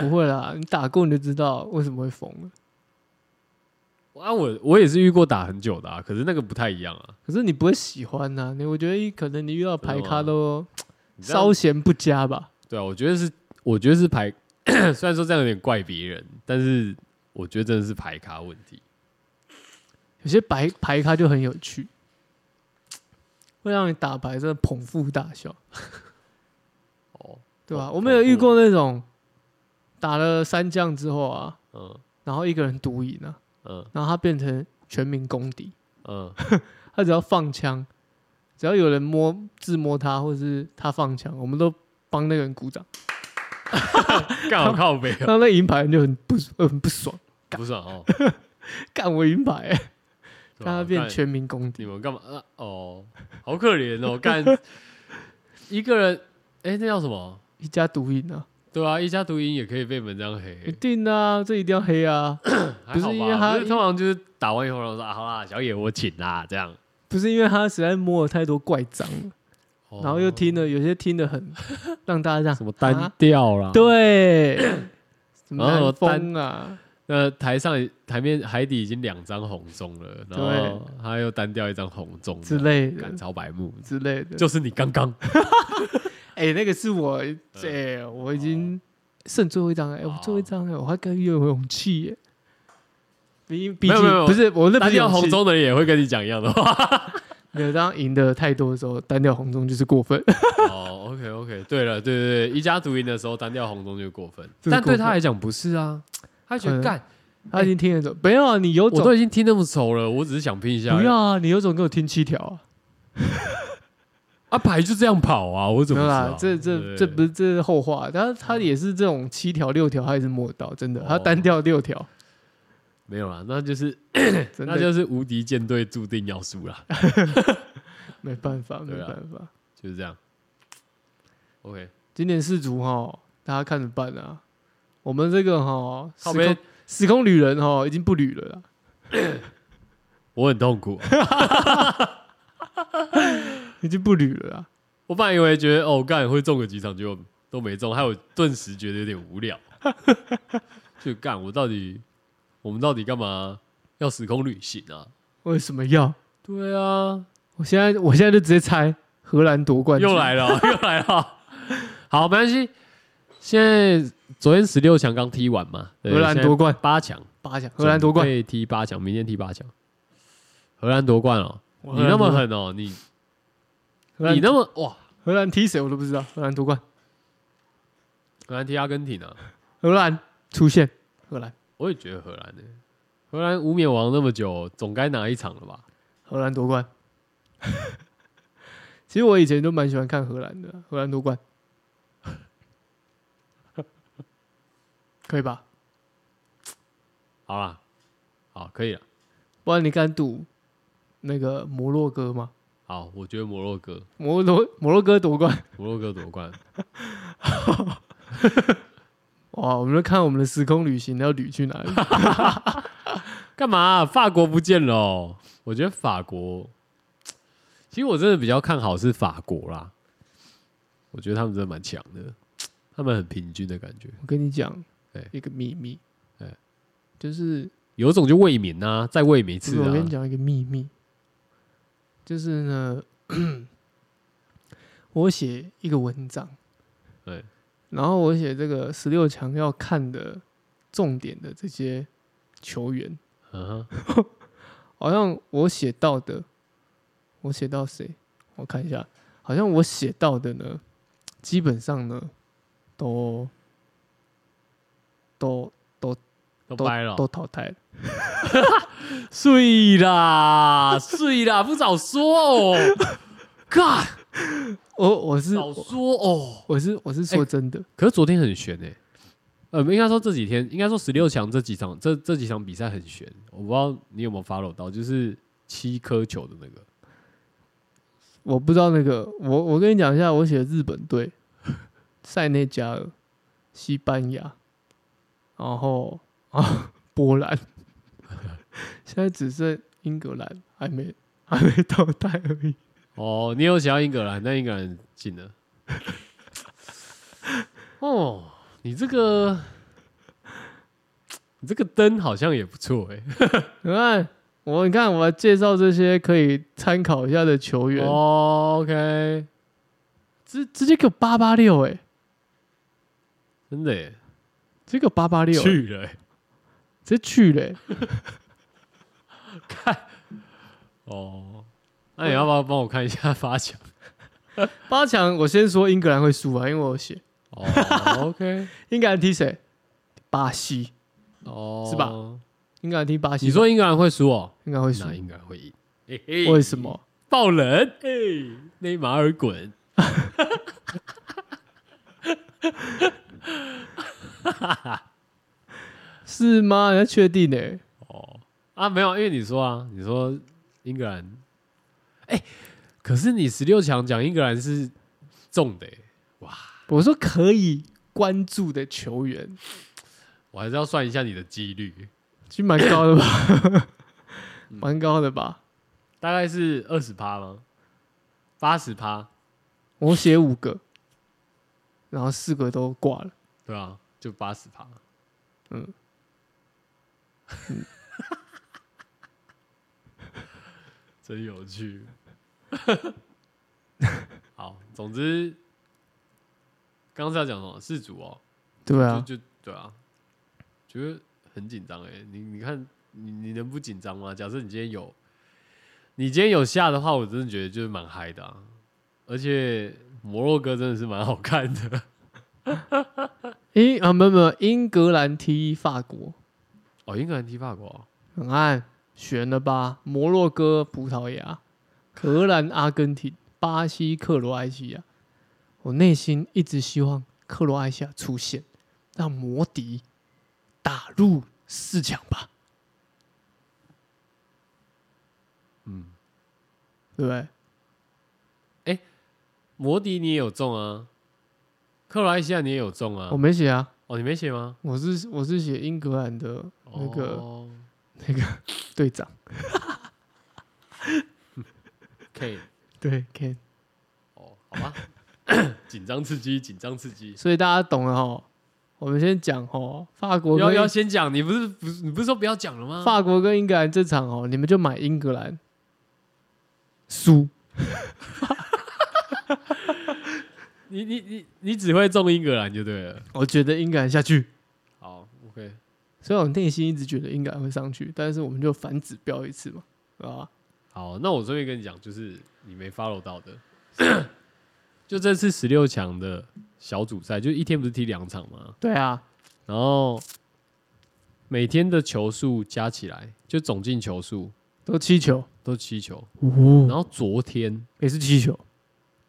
Speaker 2: 不会啦，你打过你就知道为什么会疯了。
Speaker 1: 啊，我我也是遇过打很久的、啊，可是那个不太一样啊。
Speaker 2: 可是你不会喜欢呐、你我觉得可能你遇到牌咖都
Speaker 1: 你知道
Speaker 2: 稍嫌不佳吧。
Speaker 1: 对啊，我觉得是，我觉得是排， 虽然说这样有点怪别人，但是我觉得真的是排卡问题。
Speaker 2: 有些牌牌咖就很有趣，会让你打牌真的捧腹大笑，
Speaker 1: 哦，
Speaker 2: 对吧、
Speaker 1: 哦
Speaker 2: 我们有遇过那种打了三将之后啊，
Speaker 1: 嗯
Speaker 2: 然后一个人独赢啊，
Speaker 1: 嗯
Speaker 2: 然后他变成全民公敌，
Speaker 1: 嗯，
Speaker 2: 他只要放枪，只要有人摸自摸他，或者是他放枪，我们都帮那个人鼓 掌，
Speaker 1: 干好靠北
Speaker 2: 然
Speaker 1: 哦，
Speaker 2: 后那银牌人就很不很不爽，
Speaker 1: 不是哦，
Speaker 2: 干我银牌、欸，
Speaker 1: 对吧
Speaker 2: 让他变
Speaker 1: 干
Speaker 2: 全民公敌
Speaker 1: 你。们干嘛？啊、哦，好可怜哦，干一个人，哎、那叫什么？
Speaker 2: 一家独赢啊，
Speaker 1: 对啊，一家独赢也可以被门这样黑，欸
Speaker 2: 一定啊，这一定要黑啊，
Speaker 1: 还
Speaker 2: 不是
Speaker 1: 好吧
Speaker 2: 因为他
Speaker 1: 不是通常就是打完以后，然后说啊，好啦，小野我请啦，这样，
Speaker 2: 不是因为他实在摸了太多怪章了，
Speaker 1: 哦
Speaker 2: 然后又听了有些听得很让大家这样
Speaker 1: 什么
Speaker 2: 啊
Speaker 1: 单哦调啦，
Speaker 2: 对，什么
Speaker 1: 然后
Speaker 2: 南
Speaker 1: 有
Speaker 2: 风啊，
Speaker 1: 那台上台面海底已经两张红中了，然后他又单调一张红中
Speaker 2: 之，
Speaker 1: 这
Speaker 2: 类
Speaker 1: 样
Speaker 2: 的
Speaker 1: 干超白目，
Speaker 2: 之类的。
Speaker 1: 就是你嗯刚刚，
Speaker 2: 哎、那个是我，哎、我
Speaker 1: 哦
Speaker 2: 已经剩最后一张了，哎、我最后一张了，我还更有勇气耶。毕毕
Speaker 1: 没有没有没
Speaker 2: 竟
Speaker 1: 有
Speaker 2: 不是我那不
Speaker 1: 单
Speaker 2: 是
Speaker 1: 调
Speaker 2: 勇
Speaker 1: 红
Speaker 2: 气，
Speaker 1: 中的人也会跟你讲一样的话。
Speaker 2: 没有当赢的太多的时候，单调红中就是 过分。
Speaker 1: 哦，OK OK，对了，对对对，一家独赢的时候单调红中就过分，
Speaker 2: 这是
Speaker 1: 但对
Speaker 2: 过分
Speaker 1: 他来讲不是啊，他觉
Speaker 2: 可
Speaker 1: 得
Speaker 2: 能
Speaker 1: 干，
Speaker 2: 他已经听得懂，没有啊，你有
Speaker 1: 我都
Speaker 2: 种
Speaker 1: 已经听那么熟了，我只是想拼一下而已，
Speaker 2: 不要啊，你有种给我听七条啊，
Speaker 1: 啊，牌就这样跑啊，我怎
Speaker 2: 没
Speaker 1: 么
Speaker 2: 有
Speaker 1: 知
Speaker 2: 啦
Speaker 1: 道？，
Speaker 2: 这这
Speaker 1: 对
Speaker 2: 这不是这是后话，但是他也是这种七条六条，他也是摸得到，真的，他
Speaker 1: 哦
Speaker 2: 单调六条，
Speaker 1: 没有啦，那就是
Speaker 2: 真
Speaker 1: 那
Speaker 2: 的
Speaker 1: 就是无敌舰队注定要输啦，
Speaker 2: 没办法，没
Speaker 1: 对啊
Speaker 2: 办法。
Speaker 1: 就是这样。OK，
Speaker 2: 今年四足哈，大家看着办啊。我们这个哈，时
Speaker 1: 靠边
Speaker 2: 空时空旅人哈，已经不旅了啦。
Speaker 1: 我很痛苦，
Speaker 2: 已经不旅了啦。
Speaker 1: 我本来以为觉得哦，干会中个几场，结果都没中，还有顿时觉得有点无聊， 就干我到底我们到底干嘛要时空旅行啊？
Speaker 2: 为什么要？
Speaker 1: 对啊，
Speaker 2: 我现在我现在就直接猜荷兰夺冠军
Speaker 1: 又来了，又来了。好，没关系。现在昨天十六强刚踢完嘛，对
Speaker 2: 荷兰夺冠
Speaker 1: 八强，
Speaker 2: 八强，荷兰夺冠。
Speaker 1: 对，踢八强，明天踢八强。荷兰夺冠哦，
Speaker 2: 你
Speaker 1: 你那么，狠哦， 你
Speaker 2: 荷兰
Speaker 1: 你那么哇，
Speaker 2: 荷兰踢谁我都不知道。荷兰夺冠，
Speaker 1: 荷兰踢阿根廷啊，
Speaker 2: 荷兰出现，荷兰
Speaker 1: 我也觉得荷兰呢、欸荷兰无冕王那么久，总该拿一场了吧？
Speaker 2: 荷兰夺冠。 其实我以前都蛮喜欢看荷兰的，啊荷兰夺冠， 可以吧？
Speaker 1: 好啦，好可以了。
Speaker 2: 不然你敢赌那个摩洛哥吗？
Speaker 1: 好，我觉得摩洛哥，
Speaker 2: 摩洛摩洛哥夺冠，
Speaker 1: 摩洛哥夺冠。
Speaker 2: 哇！我们就看我们的时空旅行要旅去哪里。
Speaker 1: 干嘛啊、法国不见了哦、我觉得法国，其实我真的比较看好是法国啦。我觉得他们真的蛮强的，他们很平均的感觉，
Speaker 2: 我跟你讲
Speaker 1: 哎
Speaker 2: 一个秘密，
Speaker 1: 哎
Speaker 2: 就是
Speaker 1: 有一种就卫冕啊，再卫冕一
Speaker 2: 不
Speaker 1: 次
Speaker 2: 我
Speaker 1: 啊
Speaker 2: 跟。你讲一个秘密，就是呢， 我写一个文章，
Speaker 1: 对，
Speaker 2: 然后我写这个十六强要看的重点的这些球员，
Speaker 1: 嗯哼，
Speaker 2: 好像我写到的，我写到谁？我看一下，好像我写到的呢，基本上呢，都都
Speaker 1: 都
Speaker 2: 都
Speaker 1: 掰了，哦
Speaker 2: 都淘汰了。
Speaker 1: 睡啦，睡啦，不早说哦，God，
Speaker 2: 我我是
Speaker 1: 早说哦。
Speaker 2: 我是我是说真的，
Speaker 1: 可是昨天很悬哎、呃，应该说这几天，应该说十六强这几场，这这几场比赛很悬。我不知道你有没有 follow 到，就是七颗球的那个。
Speaker 2: 我不知道那个，我我跟你讲一下，我写的日本队、 塞内加尔、西班牙，然后 啊波 兰，现在只剩英格兰还没 还没淘汰而已。
Speaker 1: 哦，你有想要英格兰，但英格兰进了。哦，你这个，你这个灯好像也不错哎、
Speaker 2: 你看我，你看我介绍这些可以参考一下的球员，
Speaker 1: 哦，OK，
Speaker 2: 直直接给我八八六哎，
Speaker 1: 真的耶，
Speaker 2: 直接给我八八六，直
Speaker 1: 去了耶、欸
Speaker 2: 接去嘞、
Speaker 1: 哦，那你要不要帮我看一下发 奖？
Speaker 2: 八强我先说英格兰会输啊，因为我有写
Speaker 1: 哦，OK，
Speaker 2: 英格兰踢谁？巴西，
Speaker 1: 哦
Speaker 2: 是吧？应该有听巴西吧。
Speaker 1: 你说英格兰会输哦？
Speaker 2: 应该会输
Speaker 1: 那，英格兰会赢。嘿嘿
Speaker 2: 为什么？
Speaker 1: 爆冷？哎，内马尔滚！
Speaker 2: 是吗？人家确定呢、
Speaker 1: 哦啊，没有，因为你说啊，你说英格兰，哎、可是你十六强讲英格兰是重的、欸，
Speaker 2: 我说可以关注的球员，
Speaker 1: 我还是要算一下你的几率，
Speaker 2: 其实蛮高的吧，蛮高的吧。
Speaker 1: 大概是二十趴吗？八十趴，
Speaker 2: 我写五个，然后四个都挂了。
Speaker 1: 对啊，就八十趴。嗯
Speaker 2: 嗯
Speaker 1: 真有 趣。好，总之，刚刚是要讲什么？世足哦，
Speaker 2: 对啊，
Speaker 1: 就就对啊，觉得很紧张哎。你你看，你你能不紧张吗？假设你今天有，你今天有下的话，我真的觉得就是蛮嗨的啊。而且摩洛哥真的是蛮好看的
Speaker 2: 英啊，没有没有，英格兰踢法国，
Speaker 1: 哦。英格兰踢法国哦、
Speaker 2: 很暗，悬了吧？摩洛哥、葡萄牙、荷兰、阿根廷、巴西、克罗埃西亚，我内心一直希望克罗埃西亚出现，让摩迪打入四强吧。
Speaker 1: 嗯，
Speaker 2: 对不对？
Speaker 1: 摩迪你也有中啊，克罗埃西亚你也有中啊
Speaker 2: 我。没写啊，
Speaker 1: 哦，你没写吗？
Speaker 2: 我是我是写英格兰的那个、
Speaker 1: 哦
Speaker 2: 那个队长，
Speaker 1: K
Speaker 2: 对，Ken。
Speaker 1: 哦，好吧， 紧张刺激，紧张刺激。
Speaker 2: 所以大家懂了哈。我们先讲哈，法国
Speaker 1: 要
Speaker 2: 跟
Speaker 1: 要先讲，你不是不是你不是说不要讲了吗？
Speaker 2: 法国跟英格兰这场哦，你们就买英格兰输，
Speaker 1: 你你你你只会中英格兰就对了。
Speaker 2: 我觉得英格兰下去。
Speaker 1: 好，OK，
Speaker 2: 虽然我内心一直觉得英格兰会上去，但是我们就反指标一次嘛，啊，
Speaker 1: 好，那我顺便跟你讲，就是你没 follow 到的， 就这次十六强的小组赛，就一天不是踢两场吗？
Speaker 2: 对啊，
Speaker 1: 然后每天的球数加起来，就总进球数
Speaker 2: 都七球，
Speaker 1: 都七球。然
Speaker 2: 哦，
Speaker 1: 后昨天
Speaker 2: 也是七球，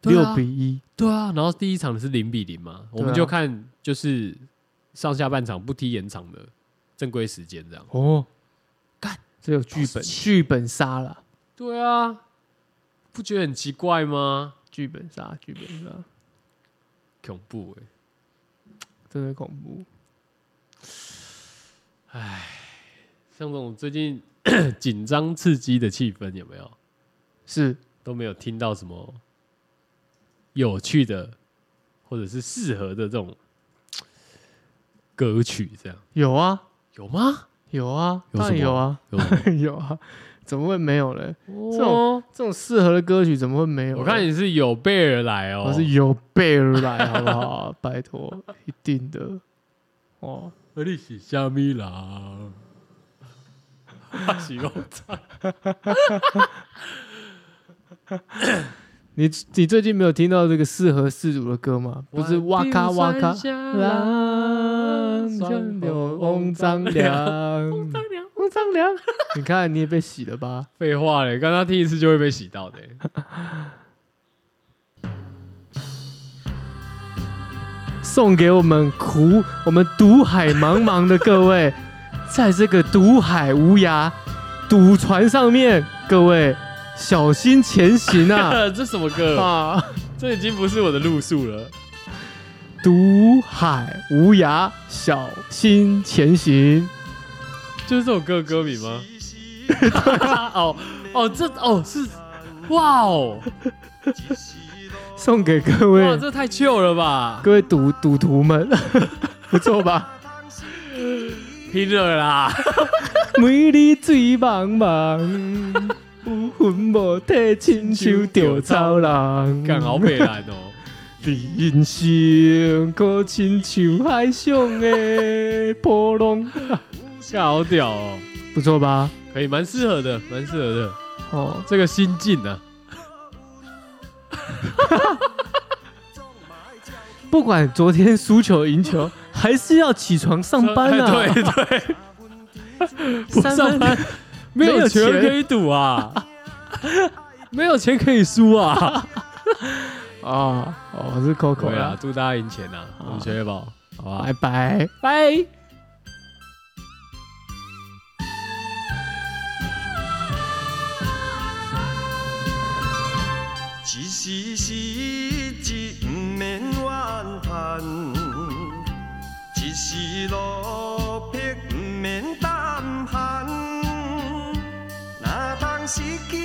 Speaker 1: 对
Speaker 2: 六
Speaker 1: 啊
Speaker 2: 比一，
Speaker 1: 对啊，然后第一场是零比零嘛，我
Speaker 2: 对
Speaker 1: 们
Speaker 2: 啊
Speaker 1: 就看就是上下半场不踢延长的正规时间这样。
Speaker 2: 哦，
Speaker 1: 干，
Speaker 2: 这有剧
Speaker 1: 都是
Speaker 2: 本，
Speaker 1: 七
Speaker 2: 剧本杀了，
Speaker 1: 对啊，不觉得很奇怪吗？
Speaker 2: 剧本杀，剧本杀，
Speaker 1: 恐怖哎、
Speaker 2: 真的恐怖，
Speaker 1: 像这种最近 紧张刺激的气氛有没有？
Speaker 2: 是
Speaker 1: 都没有听到什么有趣的或者是适合的这种歌曲，这样
Speaker 2: 有啊，
Speaker 1: 有吗？哦
Speaker 2: 有啊，
Speaker 1: 有
Speaker 2: 当
Speaker 1: 什么
Speaker 2: 然有啊，
Speaker 1: 有吗
Speaker 2: 有啊，怎么会没有嘞？
Speaker 1: 这
Speaker 2: 种这种适合的歌曲怎么会没有嘞？
Speaker 1: 我看你是有备而来哦，
Speaker 2: 我是有备而来，好不好？ 拜托，一定的。哦，
Speaker 1: 你是虾米 人？我是我操！
Speaker 2: 你你最近没有听到这个适合四组的歌吗？不是哇咔哇咔啦，像有翁张良，翁张良，翁张良。 你看你也被洗了吧？
Speaker 1: 废话嘞，刚刚听一次就会被洗到的欸。
Speaker 2: 送给我们苦，我们独海茫茫的各位，在这个独海无涯、赌船上面，各位小心前行 啊！
Speaker 1: 这什么歌？
Speaker 2: 啊！
Speaker 1: 这已经不是我的路数了。
Speaker 2: 独海无涯，小心前行。
Speaker 1: 就是这首歌的歌名吗？ 哦哦，这哦是，哇哦，
Speaker 2: 送给各
Speaker 1: 哇，
Speaker 2: 位
Speaker 1: 这太 chill 了吧！
Speaker 2: 各位赌赌徒 们，不错吧？
Speaker 1: 拼了
Speaker 2: 嗯
Speaker 1: 啦！
Speaker 2: 美丽水茫茫，有魂无体，亲手着草人。
Speaker 1: 干好北蓝哦，
Speaker 2: 人生可亲像海上的 波浪，
Speaker 1: 干好屌哦，
Speaker 2: 不错吧？
Speaker 1: 可以蛮适合的，蛮适合的。
Speaker 2: 哦，
Speaker 1: 这个心境啊，
Speaker 2: 不管昨天输球赢球，还是要起床上班 啊？
Speaker 1: 对对，不
Speaker 2: 三
Speaker 1: 哎上
Speaker 2: 分
Speaker 1: 班没
Speaker 2: 没有
Speaker 1: 有钱
Speaker 2: 钱
Speaker 1: 可以赌啊，没有钱可以输 啊。
Speaker 2: 哦哦，是 Coco
Speaker 1: 对啊
Speaker 2: 啦，，
Speaker 1: 祝大家赢钱啊！
Speaker 2: 好
Speaker 1: 我们学宝，好吧
Speaker 2: 拜。拜拜。
Speaker 3: 一时失志，毋免怨叹；一时落魄，毋免胆寒。哪通失去